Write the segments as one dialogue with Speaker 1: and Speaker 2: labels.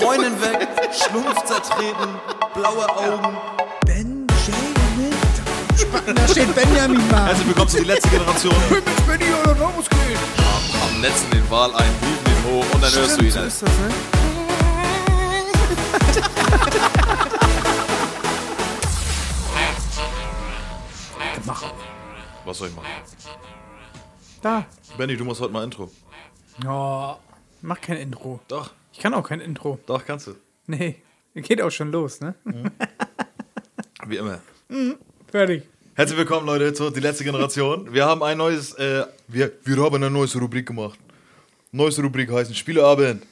Speaker 1: Freundin weg, Schlumpf zertreten, blaue Augen.
Speaker 2: Benjamin. Spacken, Da steht Benjamin mal.
Speaker 1: Herzlich willkommen zu die letzte Generation.
Speaker 2: mit Benny oder Normus gehen.
Speaker 1: Am letzten den Wal ein, hielten den hoch und dann hörst du ihn.
Speaker 2: so
Speaker 1: halt.
Speaker 2: ist das, ne?
Speaker 1: Was soll ich machen?
Speaker 2: Da.
Speaker 1: Benny, du machst heute mal Intro.
Speaker 2: Oh, mach kein Intro.
Speaker 1: Doch,
Speaker 2: Ich kann auch kein Intro.
Speaker 1: doch, kannst du.
Speaker 2: Nee, geht auch schon los, ne?
Speaker 1: Wie immer.
Speaker 2: Fertig.
Speaker 1: Herzlich willkommen, Leute, zu Die letzte Generation. Wir haben ein neues, äh, wir, wir haben eine neue Rubrik gemacht. Neues Rubrik heißen Spieleabend.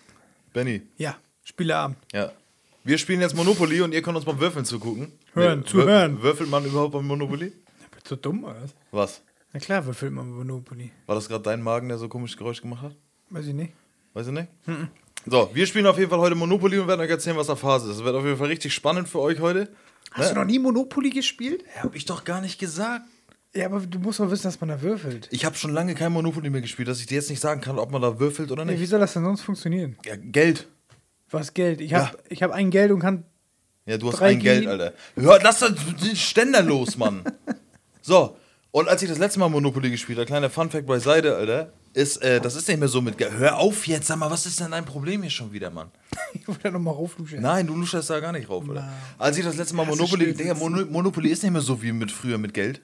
Speaker 1: Benny,
Speaker 2: Ja, Spieleabend.
Speaker 1: ja. Wir spielen jetzt Monopoly und ihr könnt uns beim Würfeln zugucken.
Speaker 2: Hören,
Speaker 1: Nee,
Speaker 2: zuhören.
Speaker 1: Würfelt man überhaupt beim Monopoly?
Speaker 2: Bist du dumm oder was?
Speaker 1: Was?
Speaker 2: Na klar, würfelt man Monopoly.
Speaker 1: War das gerade dein Magen, der so komisches Geräusch gemacht hat?
Speaker 2: Weiß ich nicht.
Speaker 1: Weiß ich nicht? So, wir spielen auf jeden Fall heute Monopoly und werden euch erzählen, was da Phase ist. Es wird auf jeden Fall richtig spannend für euch heute.
Speaker 2: Hast du noch nie Monopoly gespielt?
Speaker 1: Ja, hab ich doch gar nicht gesagt.
Speaker 2: Ja, aber du musst doch wissen, dass man da würfelt.
Speaker 1: Ich habe schon lange kein Monopoly mehr gespielt, dass ich dir jetzt nicht sagen kann, ob man da würfelt oder
Speaker 2: Ey, wie
Speaker 1: nicht.
Speaker 2: soll das denn sonst funktionieren?
Speaker 1: Ja, Geld.
Speaker 2: Was Geld? Ich
Speaker 1: Ja.
Speaker 2: hab, ich hab ein Geld und kann.
Speaker 1: Ja, du hast
Speaker 2: Drei
Speaker 1: ein Geld,
Speaker 2: Gin.
Speaker 1: Alter. Hör, lass das den Ständer los, Mann. so, und als ich das letzte Mal Monopoly gespielt habe, kleiner Funfact beiseite, Alter, ist, äh, das ist nicht mehr so mit. Ge- Hör auf jetzt, sag mal, was ist denn dein Problem hier schon wieder, Mann?
Speaker 2: Ich wollte da nochmal raufluschen.
Speaker 1: Nein, du luscherst da gar nicht rauf, Alter.
Speaker 2: Nein.
Speaker 1: Als ich das letzte Mal
Speaker 2: Hast du
Speaker 1: Monopoly.
Speaker 2: still
Speaker 1: Digga, Mono, Monopoly ist nicht mehr so wie mit früher mit Geld.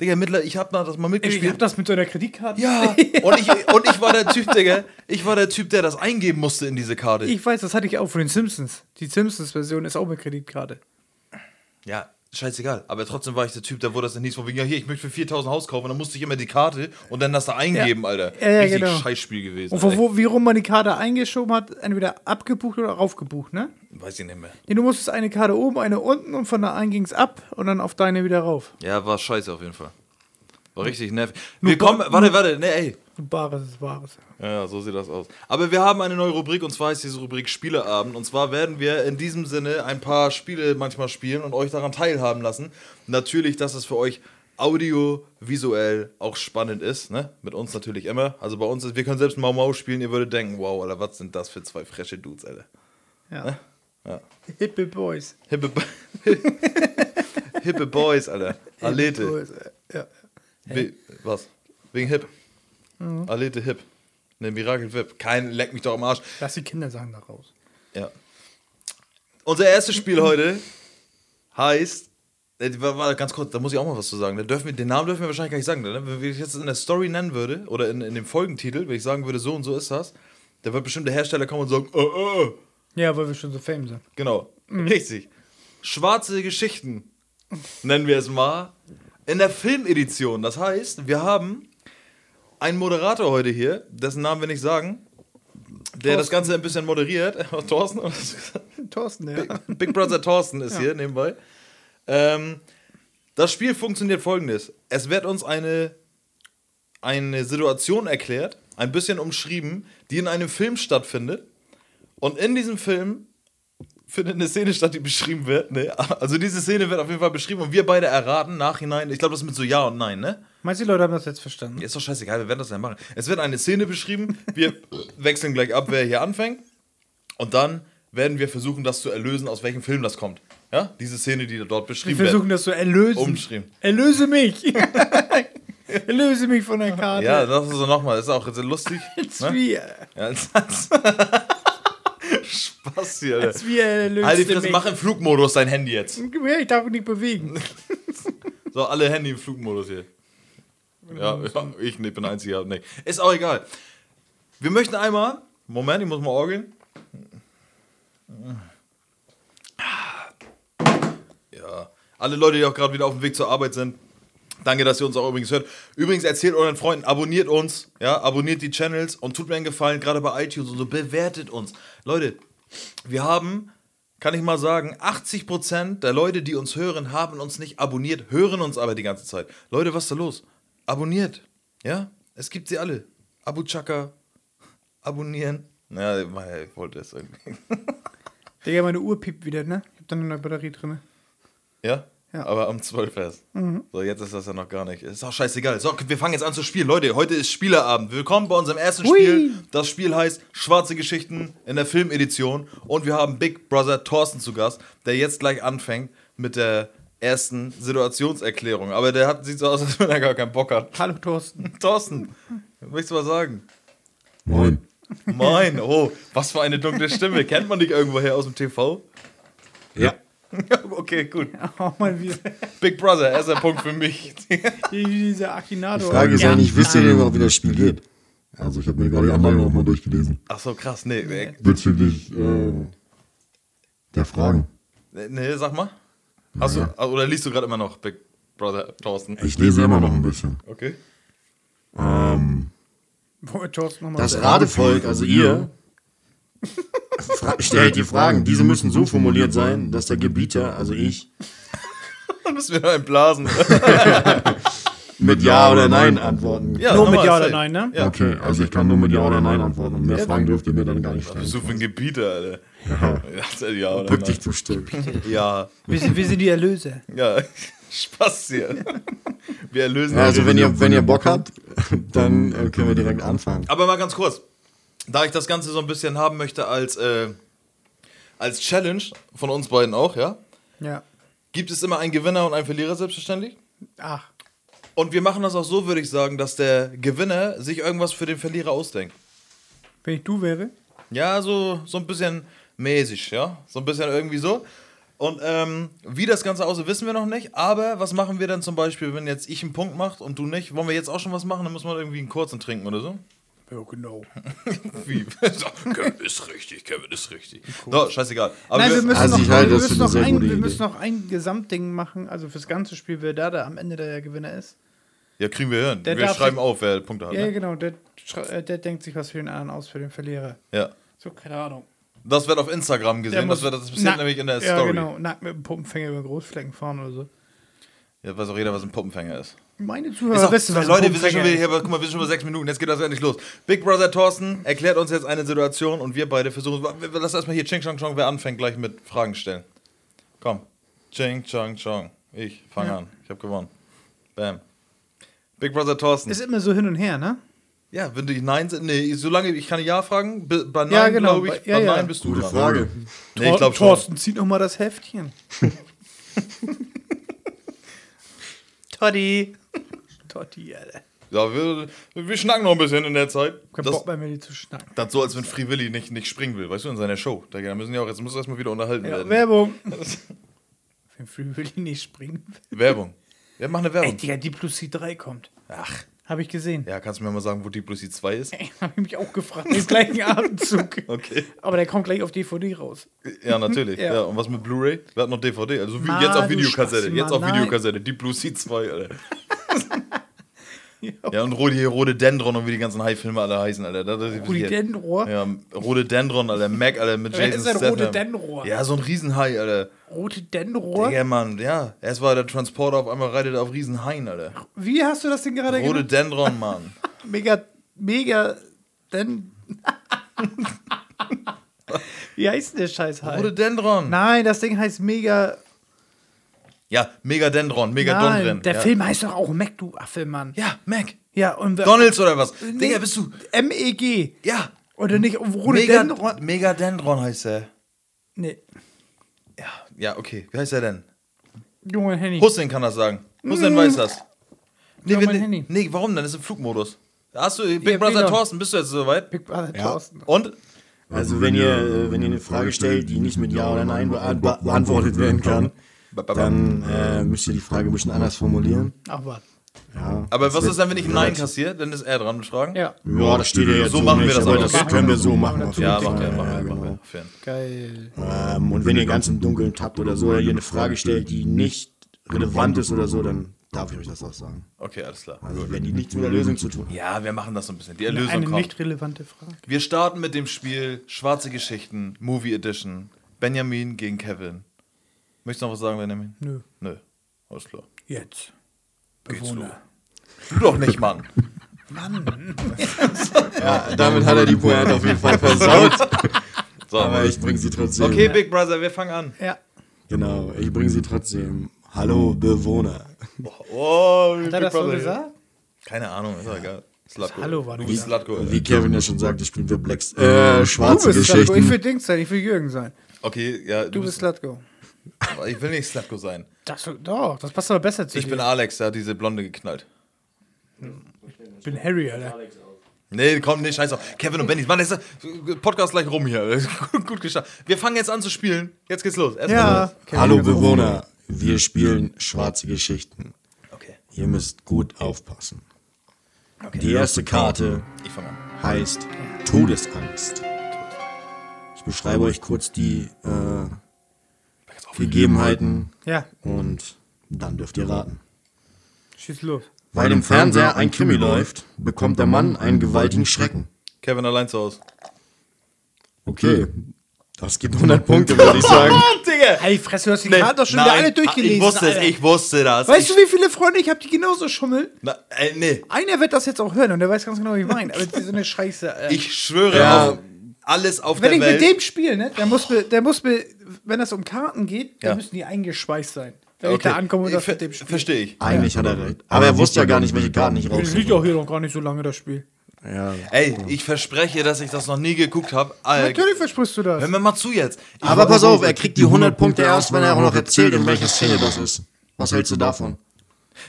Speaker 1: Digga, mittler, ich hab da das mal
Speaker 2: Ey, Ich
Speaker 1: mitgespielt.
Speaker 2: hab das mit so einer Kreditkarte.
Speaker 1: Ja, und ich, und ich war der Typ, Digga. Ich war der Typ, der das eingeben musste in diese Karte.
Speaker 2: Ich weiß, das hatte ich auch von den Simpsons. Die Simpsons-Version ist auch mit Kreditkarte.
Speaker 1: Ja, scheißegal. Aber trotzdem war ich der Typ, der wurde das dann hieß, von wegen, ja, hier, ich möchte für 4000 Haus kaufen. Und dann musste ich immer die Karte und dann das da eingeben, Alter.
Speaker 2: Ja, ja,
Speaker 1: Richtig
Speaker 2: genau.
Speaker 1: Scheißspiel gewesen.
Speaker 2: Und von
Speaker 1: Alter.
Speaker 2: wo, wie rum man die Karte eingeschoben hat, entweder abgebucht oder raufgebucht, ne?
Speaker 1: Weiß ich nicht mehr.
Speaker 2: Nee, du musstest eine Karte oben, eine unten und von der einen ging's ab und dann auf deine wieder rauf.
Speaker 1: Ja, war scheiße auf jeden Fall. War richtig nervig. Wir kommen, warte, warte, ne, ey.
Speaker 2: Und Bares ist Wahres.
Speaker 1: Ja, so sieht das aus. Aber wir haben eine neue Rubrik und zwar heißt diese Rubrik Spieleabend. Und zwar werden wir in diesem Sinne ein paar Spiele manchmal spielen und euch daran teilhaben lassen. Natürlich, dass es für euch audiovisuell auch spannend ist, ne? Mit uns natürlich immer. Also bei uns ist, wir können selbst Mau Mau spielen, ihr würdet denken, wow, Alter, was sind das für zwei fresche Dudes, Alter.
Speaker 2: Ja.
Speaker 1: Ja.
Speaker 2: Hippe Boys.
Speaker 1: Hippe, Bo- Hippe Boys, Alter.
Speaker 2: Hippe
Speaker 1: Alete.
Speaker 2: Boys, äh, Ja.
Speaker 1: We was? Wegen Hip.
Speaker 2: Mhm.
Speaker 1: Alete Hip. Ne, Miracle Whip. Kein, leck mich doch am Arsch.
Speaker 2: Lass die Kinder sagen da raus.
Speaker 1: Ja. Unser erstes Spiel heute heißt. äh, wa- wa- ganz kurz, da muss ich auch mal was zu sagen. Da dürfen wir, den Namen dürfen wir wahrscheinlich gar nicht sagen. Ne? Wenn ich jetzt in der Story nennen würde oder in, in dem Folgentitel, wenn ich sagen würde, so und so ist das, da wird bestimmt der Hersteller kommen und sagen: äh, äh.
Speaker 2: Ja, weil wir schon so fame sind.
Speaker 1: Genau, richtig. Schwarze Geschichten nennen wir es mal in der Filmedition. Das heißt, wir haben einen Moderator heute hier, dessen Namen wir nicht sagen, der das
Speaker 2: Thorsten.
Speaker 1: Ganze ein bisschen moderiert. Thorsten, hast du gesagt?
Speaker 2: Thorsten, ja.
Speaker 1: Big Brother Thorsten ist hier nebenbei. Ähm, das Spiel funktioniert folgendes: Es wird uns eine, eine Situation erklärt, ein bisschen umschrieben, die in einem Film stattfindet. Und in diesem Film findet eine Szene statt, die beschrieben wird. Ne? Also diese Szene wird auf jeden Fall beschrieben und wir beide erraten nachhinein. Ich glaube, das ist mit so Ja und Nein, ne?
Speaker 2: Meinst du, die Leute haben das jetzt verstanden?
Speaker 1: Ist doch scheißegal, wir werden das ja machen. Es wird eine Szene beschrieben, wir wechseln gleich ab, wer hier anfängt. Und dann werden wir versuchen, das zu erlösen, aus welchem Film das kommt. Ja, diese Szene, die dort
Speaker 2: Wir
Speaker 1: beschrieben wird.
Speaker 2: versuchen das zu erlösen.
Speaker 1: Umschrieben.
Speaker 2: Erlöse mich! Erlöse mich von der Karte.
Speaker 1: Ja, das ist so nochmal, ist auch sehr lustig.
Speaker 2: Als
Speaker 1: ne?
Speaker 2: wie, als
Speaker 1: Ja, als, als Spaß hier, Alter.
Speaker 2: wie erlöste
Speaker 1: Halt die Fresse,
Speaker 2: mich.
Speaker 1: mach im Flugmodus dein Handy jetzt.
Speaker 2: Komm her, Ich darf mich nicht bewegen.
Speaker 1: So, alle Handy im Flugmodus hier.
Speaker 2: Mhm.
Speaker 1: Ja, ja ich nicht, bin der Einzige. Nee. Ist auch egal. Wir möchten einmal. Moment, ich muss mal orgeln. Ja. Alle Leute, die auch gerade wieder auf dem Weg zur Arbeit sind. Danke, dass ihr uns auch übrigens hört. Übrigens erzählt euren Freunden, abonniert uns, ja, abonniert die Channels und tut mir einen Gefallen, gerade bei iTunes und so, bewertet uns. Leute, wir haben, kann ich mal sagen, 80% der Leute, die uns hören, haben uns nicht abonniert, hören uns aber die ganze Zeit. Leute, was ist da los? Abonniert, ja? Es gibt sie alle. Abu Chaka, abonnieren. Ja, ich wollte es irgendwie.
Speaker 2: Digga, meine Uhr piept wieder, ne? Ich hab da noch eine Batterie drin.
Speaker 1: Ja?
Speaker 2: Ja. Mhm.
Speaker 1: Aber am 12 erst. So, jetzt ist das ja noch gar nicht. Ist auch scheißegal. So, wir fangen jetzt an zu spielen. Leute, heute ist Spielerabend. Willkommen bei unserem ersten
Speaker 2: Hui.
Speaker 1: Spiel. Das Spiel heißt Schwarze Geschichten in der Filmedition. Und wir haben Big Brother Thorsten zu Gast, der jetzt gleich anfängt mit der ersten Situationserklärung. Aber der hat, sieht so aus, als wenn er gar keinen Bock hat.
Speaker 2: Hallo Thorsten.
Speaker 1: Thorsten, möchtest du was sagen?
Speaker 3: Moin.
Speaker 1: Moin, oh, was für eine dunkle Stimme. Kennt man dich irgendwoher aus dem TV?
Speaker 3: Ja.
Speaker 1: okay, gut.
Speaker 2: Oh, mal wieder.
Speaker 1: Big Brother, erster Punkt für mich.
Speaker 2: Dieser Akinado.
Speaker 3: Die Frage ist
Speaker 2: Ja.
Speaker 3: eigentlich, wisst ihr
Speaker 2: Nein.
Speaker 3: denn noch, wie das Spiel geht?
Speaker 4: Also ich habe mir gerade die Anleitung nochmal durchgelesen.
Speaker 1: Ach so, krass, nee, nee,
Speaker 4: Bezüglich äh, der Fragen.
Speaker 1: nee, sag mal. Hast du, oder liest du gerade immer noch Big Brother, Thorsten?
Speaker 4: Ich lese immer noch ein bisschen. Ähm,
Speaker 1: Okay.
Speaker 2: Wollen wir Thorsten nochmal
Speaker 3: Das
Speaker 2: sagen?
Speaker 3: Radevolk, also ihr, fra- stellt die Fragen. Diese müssen so formuliert sein, dass der Gebieter, also ich,
Speaker 1: Dann müssen wir noch entblasen.
Speaker 3: mit Ja oder Nein antworten.
Speaker 1: Ja,
Speaker 2: Nur mit
Speaker 1: nochmal,
Speaker 2: Ja oder
Speaker 1: safe.
Speaker 2: Nein, ne?
Speaker 1: Ja.
Speaker 4: Okay, also ich kann nur mit Ja oder Nein antworten. Und mehr Fragen dürft ihr mir dann gar nicht stellen.
Speaker 1: Bist du für ein Gebieter, Alter?
Speaker 4: Ja,
Speaker 1: Ja, ja oder
Speaker 3: Bück
Speaker 1: nein?
Speaker 3: dich zum Stück.
Speaker 1: Ja,
Speaker 2: Wir sind, wir sind die Erlöse.
Speaker 1: ja. Spaß hier. Wir erlösen
Speaker 3: Also wenn ihr, wenn ihr Bock habt, dann äh, können wir direkt anfangen.
Speaker 1: Aber mal ganz kurz, da ich das Ganze so ein bisschen haben möchte als, äh, als Challenge von uns beiden auch, ja,
Speaker 2: Ja.
Speaker 1: gibt es immer einen Gewinner und einen Verlierer selbstverständlich.
Speaker 2: Ach,
Speaker 1: Und wir machen das auch so, würde ich sagen, dass der Gewinner sich irgendwas für den Verlierer ausdenkt.
Speaker 2: wenn ich du wäre.
Speaker 1: Ja, so, so ein bisschen mäßig, ja. So ein bisschen irgendwie so. Und ähm, wie das Ganze aussieht, wissen wir noch nicht. Aber was machen wir dann zum Beispiel, wenn jetzt ich einen Punkt macht und du nicht? Wollen wir jetzt auch schon was machen? Dann müssen wir irgendwie einen kurzen trinken oder so.
Speaker 2: Ja, genau.
Speaker 1: Wie? So, Kevin ist richtig, Kevin ist richtig. So, scheißegal. Aber
Speaker 2: Nein, wir müssen,
Speaker 3: Also
Speaker 2: noch,
Speaker 3: ich halte
Speaker 2: wir,
Speaker 3: das für
Speaker 2: müssen
Speaker 3: eine
Speaker 2: noch
Speaker 3: sehr
Speaker 2: ein,
Speaker 3: gute
Speaker 2: wir
Speaker 3: Idee.
Speaker 2: müssen noch ein Gesamtding machen, also fürs ganze Spiel, wer da, da am Ende der Gewinner ist.
Speaker 1: Ja, kriegen wir hin.
Speaker 2: Der
Speaker 1: wir
Speaker 2: darf
Speaker 1: schreiben
Speaker 2: sich-
Speaker 1: auf, wer Punkte hat.
Speaker 2: Ja,
Speaker 1: Ne?
Speaker 2: genau, der, schra- äh, der denkt sich was für den anderen aus, für den Verlierer.
Speaker 1: Ja.
Speaker 2: So, keine Ahnung.
Speaker 1: Das wird auf Instagram gesehen. das wird das passiert
Speaker 2: nackt-
Speaker 1: nämlich in der
Speaker 2: Ja,
Speaker 1: Story.
Speaker 2: genau, nackt mit dem Puppenfänger über Großflecken fahren oder so.
Speaker 1: Jetzt weiß auch jeder, was ein Puppenfänger ist.
Speaker 2: Meine Zuhörer
Speaker 1: Ist auch,
Speaker 2: wissen, was ein
Speaker 1: Leute, wir sind schon
Speaker 2: Puppenfänger
Speaker 1: wieder
Speaker 2: ist.
Speaker 1: hier, aber guck mal, wir sind schon bei sechs Minuten, jetzt geht das endlich los. Big Brother Thorsten erklärt uns jetzt eine Situation und wir beide versuchen. wir- wir- Lass erstmal hier Ching Chong Chong, wer anfängt, gleich mit Fragen stellen. Komm. Ching Chong Chong. Ich fange an. Ich habe gewonnen. Bam. Big Brother Thorsten.
Speaker 2: Ist immer so hin und her, ne?
Speaker 1: ja, wenn du dich Nein sind. Nee, solange ich kann Ja fragen. Bei bei Nein,
Speaker 2: Ja, genau,
Speaker 1: glaube ich.
Speaker 2: bei- ja,
Speaker 1: bei
Speaker 2: ja.
Speaker 1: Nein bist du
Speaker 3: Gute
Speaker 1: dran.
Speaker 3: Frage.
Speaker 1: Nee, ich glaube schon.
Speaker 2: Thorsten, zieht nochmal das Heftchen. Totti. Totti, Alter.
Speaker 1: Ja, wir, wir schnacken noch ein bisschen in der Zeit.
Speaker 2: Kein
Speaker 1: Das,
Speaker 2: Bock mehr, mir die zu schnacken.
Speaker 1: das so, als wenn Free Willy nicht, nicht springen will, weißt du, in seiner Show. Da müssen ja auch, jetzt muss erstmal wieder unterhalten
Speaker 2: Ja,
Speaker 1: werden.
Speaker 2: Werbung. Wenn Free Willy nicht springen will.
Speaker 1: Werbung. Ja, mach eine
Speaker 2: Ey,
Speaker 1: Werbung.
Speaker 2: Digga, die plus C3 kommt.
Speaker 1: Ach.
Speaker 2: Habe ich gesehen.
Speaker 1: Ja, kannst du mir mal sagen, wo die plus die 2 ist?
Speaker 2: Ey, habe ich mich auch gefragt. Im gleichen Abendzug.
Speaker 1: Okay.
Speaker 2: Aber der kommt gleich auf DVD raus.
Speaker 1: Ja, natürlich.
Speaker 2: Ja.
Speaker 1: ja. und was mit Blu-ray? Wir hatten noch DVD. Also wie,
Speaker 2: Mann,
Speaker 1: jetzt auf
Speaker 2: du
Speaker 1: Videokassette.
Speaker 2: Spasti,
Speaker 1: Jetzt auf
Speaker 2: Mann,
Speaker 1: Videokassette. Die plus die 2, Alter. Ja, und Rode, Rode Dendron und wie die ganzen High-Filme alle heißen, Alter. Das, das,
Speaker 2: Rhododendrohr?
Speaker 1: Ja, Rode Dendron, Alter. Mac, Alter, mit
Speaker 2: Wer
Speaker 1: Jason
Speaker 2: ist denn
Speaker 1: Statham.
Speaker 2: Rhododendron?
Speaker 1: Ja, so ein Riesenhai, Alter.
Speaker 2: Rote Dendrohr?
Speaker 1: Ja, Mann, ja. Erst war der Transporter, auf einmal reitet er auf Riesenhain, Alter.
Speaker 2: Wie hast du das denn gerade
Speaker 1: Rode
Speaker 2: genannt?
Speaker 1: Dendron, Mann.
Speaker 2: Mega, mega, den. Wie heißt denn der Scheiß halt?
Speaker 1: Rode Dendron.
Speaker 2: Nein, das Ding heißt mega.
Speaker 1: Ja, Megadendron, Megadondrin.
Speaker 2: Nein, der
Speaker 1: ja.
Speaker 2: Film heißt doch auch Mac, du Affelmann.
Speaker 1: Ja, Mac.
Speaker 2: Ja, und wer-
Speaker 1: Donalds oder was?
Speaker 2: Nee,
Speaker 1: Digga, bist du.
Speaker 2: MEG.
Speaker 1: Ja.
Speaker 2: Oder nicht? Rote
Speaker 1: Mega,
Speaker 2: Dendrohr?
Speaker 1: Megadendron heißt er.
Speaker 2: Nee.
Speaker 1: Ja, ja, okay. Wie heißt er denn?
Speaker 2: Junge Henny.
Speaker 1: Hussein kann das sagen. Hussein weiß das. Nee,
Speaker 2: Ja,
Speaker 1: wir,
Speaker 2: mein
Speaker 1: nee,
Speaker 2: Handy.
Speaker 1: nee, warum denn? Das ist im Flugmodus. Hast du Big
Speaker 2: Ja,
Speaker 1: Brother
Speaker 2: Elon.
Speaker 1: Thorsten, bist du jetzt soweit?
Speaker 2: Big Brother
Speaker 3: Ja.
Speaker 2: Thorsten.
Speaker 1: Und?
Speaker 3: Also wenn ihr, äh, wenn ihr eine Frage stellt, die nicht mit Ja oder Nein beant- beantwortet werden kann, dann äh, müsst ihr die Frage ein bisschen anders formulieren.
Speaker 2: Ach was.
Speaker 3: Ja,
Speaker 1: Aber
Speaker 3: das
Speaker 1: was
Speaker 3: wird-
Speaker 1: ist dann, wenn ich Nein kassiere? Dann ist er dran mit Fragen?
Speaker 2: Ja.
Speaker 3: Ja, das steht ja jetzt
Speaker 1: So machen wir
Speaker 3: nicht,
Speaker 1: das
Speaker 3: aber
Speaker 1: auch.
Speaker 3: Das können wir so machen. auf
Speaker 1: Ja,
Speaker 3: jeden
Speaker 1: macht er,
Speaker 3: Fall.
Speaker 1: macht
Speaker 3: Ja,
Speaker 1: er, macht
Speaker 3: genau.
Speaker 1: er. Fair.
Speaker 2: Geil.
Speaker 3: Ähm, und wenn ihr ganz im Dunkeln tappt oder so, oder ihr eine Frage stellt, die nicht relevant ist oder so, dann darf ich euch das auch sagen.
Speaker 1: Okay, alles klar.
Speaker 3: Also wenn die nichts mit der Lösung zu tun hat.
Speaker 1: Ja, wir machen das so ein bisschen. Die Erlösung
Speaker 2: Eine
Speaker 1: kommt.
Speaker 2: nicht relevante Frage.
Speaker 1: Wir starten mit dem Spiel Schwarze Geschichten, Movie Edition. Benjamin gegen Kevin. Möchtest du noch was sagen, Benjamin?
Speaker 2: Nö.
Speaker 1: Nö. Alles klar.
Speaker 2: Jetzt.
Speaker 1: Du doch nicht, Mann.
Speaker 3: Ja, damit hat er die Pointe auf jeden Fall versaut,
Speaker 1: So,
Speaker 3: aber ich bringe sie trotzdem.
Speaker 1: okay, Big Brother, wir fangen an.
Speaker 2: Ja.
Speaker 3: Genau, ich bringe sie trotzdem. Hallo Bewohner.
Speaker 1: Oh,
Speaker 2: Hat er das so gesagt?
Speaker 1: Keine Ahnung, ist doch egal. Slutko.
Speaker 2: Hallo war
Speaker 1: du.
Speaker 2: nicht-
Speaker 1: Slutko,
Speaker 3: Wie
Speaker 1: Alter.
Speaker 3: Äh, Kevin ja schon sagte, spielen wir Blacks. Äh,
Speaker 2: Du
Speaker 3: schwarze
Speaker 2: bist Slatko, ich
Speaker 3: Geschichten.
Speaker 2: will Dings sein, ich will Jürgen sein.
Speaker 1: Okay, ja.
Speaker 2: Du bist Slatko.
Speaker 1: Ich will nicht Slutko sein.
Speaker 2: Das, doch, das passt aber besser zu
Speaker 1: Ich
Speaker 2: dir.
Speaker 1: bin Alex, der hat diese Blonde geknallt.
Speaker 2: ich bin Harry, Alter.
Speaker 1: Nee, komm, nee, scheiß auf. Kevin und Benny, Mann, ist der Podcast gleich rum hier. gut, gut geschafft. Wir fangen jetzt an zu spielen. Jetzt geht's los. Erstmal
Speaker 2: Ja.
Speaker 3: Hallo Bewohner, wir spielen schwarze Geschichten.
Speaker 1: los. Okay,
Speaker 3: Ihr müsst gut aufpassen. Die erste Karte
Speaker 1: ich fange an.
Speaker 3: heißt Todesangst. Ich beschreibe euch kurz die äh, Gegebenheiten
Speaker 2: Ja,
Speaker 3: und dann dürft ihr raten.
Speaker 2: schieß los.
Speaker 3: Weil im Fernseher ein Krimi läuft, bekommt der Mann einen gewaltigen Schrecken.
Speaker 1: Kevin allein zu Hause.
Speaker 3: Okay, das gibt 100 Punkte, würde ich sagen.
Speaker 1: Digga!
Speaker 2: Ey, Fresse, du hast die Karte doch schon wieder alle durchgelesen.
Speaker 1: Ich wusste es,
Speaker 2: Alter.
Speaker 1: ich wusste das.
Speaker 2: Weißt
Speaker 1: ich,
Speaker 2: du, wie viele Freunde ich habe, die genauso schummeln?
Speaker 1: Na, äh, nee,
Speaker 2: Einer wird das jetzt auch hören und der weiß ganz genau, wie ich meine. Aber das ist so eine Scheiße. Alter.
Speaker 1: ich schwöre
Speaker 3: Ja.
Speaker 1: auf alles auf
Speaker 2: wenn ich
Speaker 1: der Welt.
Speaker 2: mit dem spiele, ne, der muss, mir- der muss, mir- wenn das um Karten geht,
Speaker 1: Ja.
Speaker 2: dann müssen die eingeschweißt sein. Wenn ich da ankomme und
Speaker 1: ich
Speaker 2: das
Speaker 1: ver
Speaker 2: mit dem Spiel.
Speaker 1: Verstehe ich.
Speaker 3: Eigentlich hat er recht. Aber er wusste ja gar nicht, welche Karten ich
Speaker 2: Das
Speaker 3: raus.
Speaker 2: liegt auch hier noch gar nicht so lange, das Spiel.
Speaker 3: Ja.
Speaker 1: Ey, ich verspreche, dass ich das noch nie geguckt habe.
Speaker 2: Natürlich versprichst du das.
Speaker 1: Äh, Hör mir mal zu jetzt. Ich
Speaker 3: Aber pass auf, er kriegt die 100 Punkte erst, wenn er auch noch erzählt, in welcher Szene das ist. Was hältst du davon?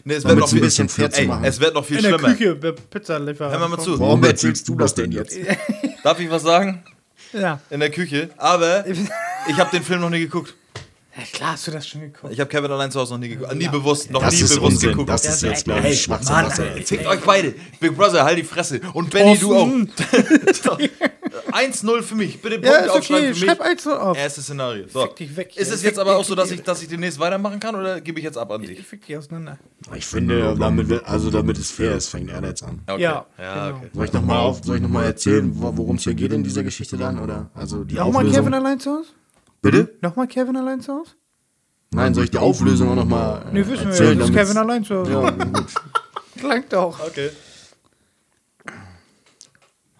Speaker 1: Nee, es
Speaker 3: Damit's um ein bisschen fair zu
Speaker 1: ey,
Speaker 3: machen.
Speaker 1: Es wird noch viel
Speaker 2: In der
Speaker 1: schlimmer.
Speaker 2: Küche, bei Pizza liefern.
Speaker 1: Hör mir mal zu.
Speaker 3: Warum erzählst du das denn jetzt?
Speaker 1: Darf ich was sagen?
Speaker 2: Ja.
Speaker 1: In der Küche. Aber ich habe den Film noch nie geguckt.
Speaker 2: ja. Klar hast du das schon geguckt.
Speaker 1: Ich habe Kevin allein zu Hause noch nie geguckt. Nie bewusst, noch nie
Speaker 3: Das ist
Speaker 1: bewusst
Speaker 3: Unsinn.
Speaker 1: geguckt.
Speaker 3: Das ist jetzt, glaube ich, Schwachsinn, was er
Speaker 1: Ey,
Speaker 3: erzählt.
Speaker 1: Fickt euch beide. Big Brother, halt die Fresse. Und Benny, du auch.
Speaker 2: Offen.
Speaker 1: 1-0 für mich. Bitte Punkte
Speaker 2: Ja, ist okay.
Speaker 1: aufschreiben für mich.
Speaker 2: Schreib eins auf.
Speaker 1: Erstes Szenario. So.
Speaker 2: Fick dich weg.
Speaker 1: Ist es
Speaker 2: Fick
Speaker 1: jetzt aber
Speaker 2: dich,
Speaker 1: auch so,
Speaker 2: fick
Speaker 1: dass
Speaker 2: dich.
Speaker 1: ich, dass ich demnächst weitermachen kann oder gebe ich jetzt ab an dich?
Speaker 2: Ich fick die auseinander.
Speaker 3: Ich finde, damit, wir- also damit es fair ist, fängt er jetzt an.
Speaker 1: Okay.
Speaker 2: Ja,
Speaker 1: ja
Speaker 2: genau.
Speaker 1: okay.
Speaker 3: Soll ich nochmal auf, soll ich noch mal erzählen, wo- worum es hier geht in dieser Geschichte dann? Oder? Also die
Speaker 2: Nochmal
Speaker 3: Auflösung.
Speaker 2: Kevin allein zu Hause?
Speaker 3: Bitte?
Speaker 2: Nochmal Kevin allein zu Hause?
Speaker 3: Nein, soll ich die Auflösung auch nochmal. Äh,
Speaker 2: Nee, wissen wir ja.
Speaker 3: erzählen,
Speaker 2: Das ist
Speaker 3: damit's-
Speaker 2: Kevin allein zu Hause.
Speaker 3: Ja, gut.
Speaker 2: Klangt doch.
Speaker 1: Okay.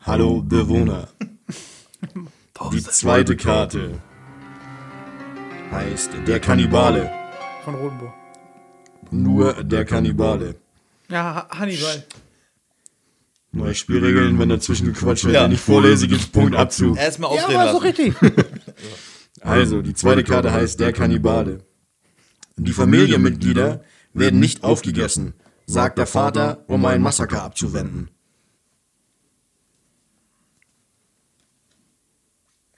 Speaker 3: Hallo Bewohner. Die zweite Karte heißt der Kannibale.
Speaker 2: Von Rotenburg.
Speaker 3: Nur der Kannibale.
Speaker 2: Ja, Ha- Hannibal.
Speaker 3: Neue Spielregeln, wenn dazwischen gequatscht wird,
Speaker 1: Ja.
Speaker 3: wenn ich vorlese, gibt's Punktabzug.
Speaker 1: Erstmal
Speaker 2: Ja,
Speaker 1: ausreden
Speaker 2: war so
Speaker 1: lassen.
Speaker 2: richtig.
Speaker 3: Also, die zweite Karte heißt der Kannibale. Die Familienmitglieder werden nicht aufgegessen, sagt der Vater, um ein Massaker abzuwenden.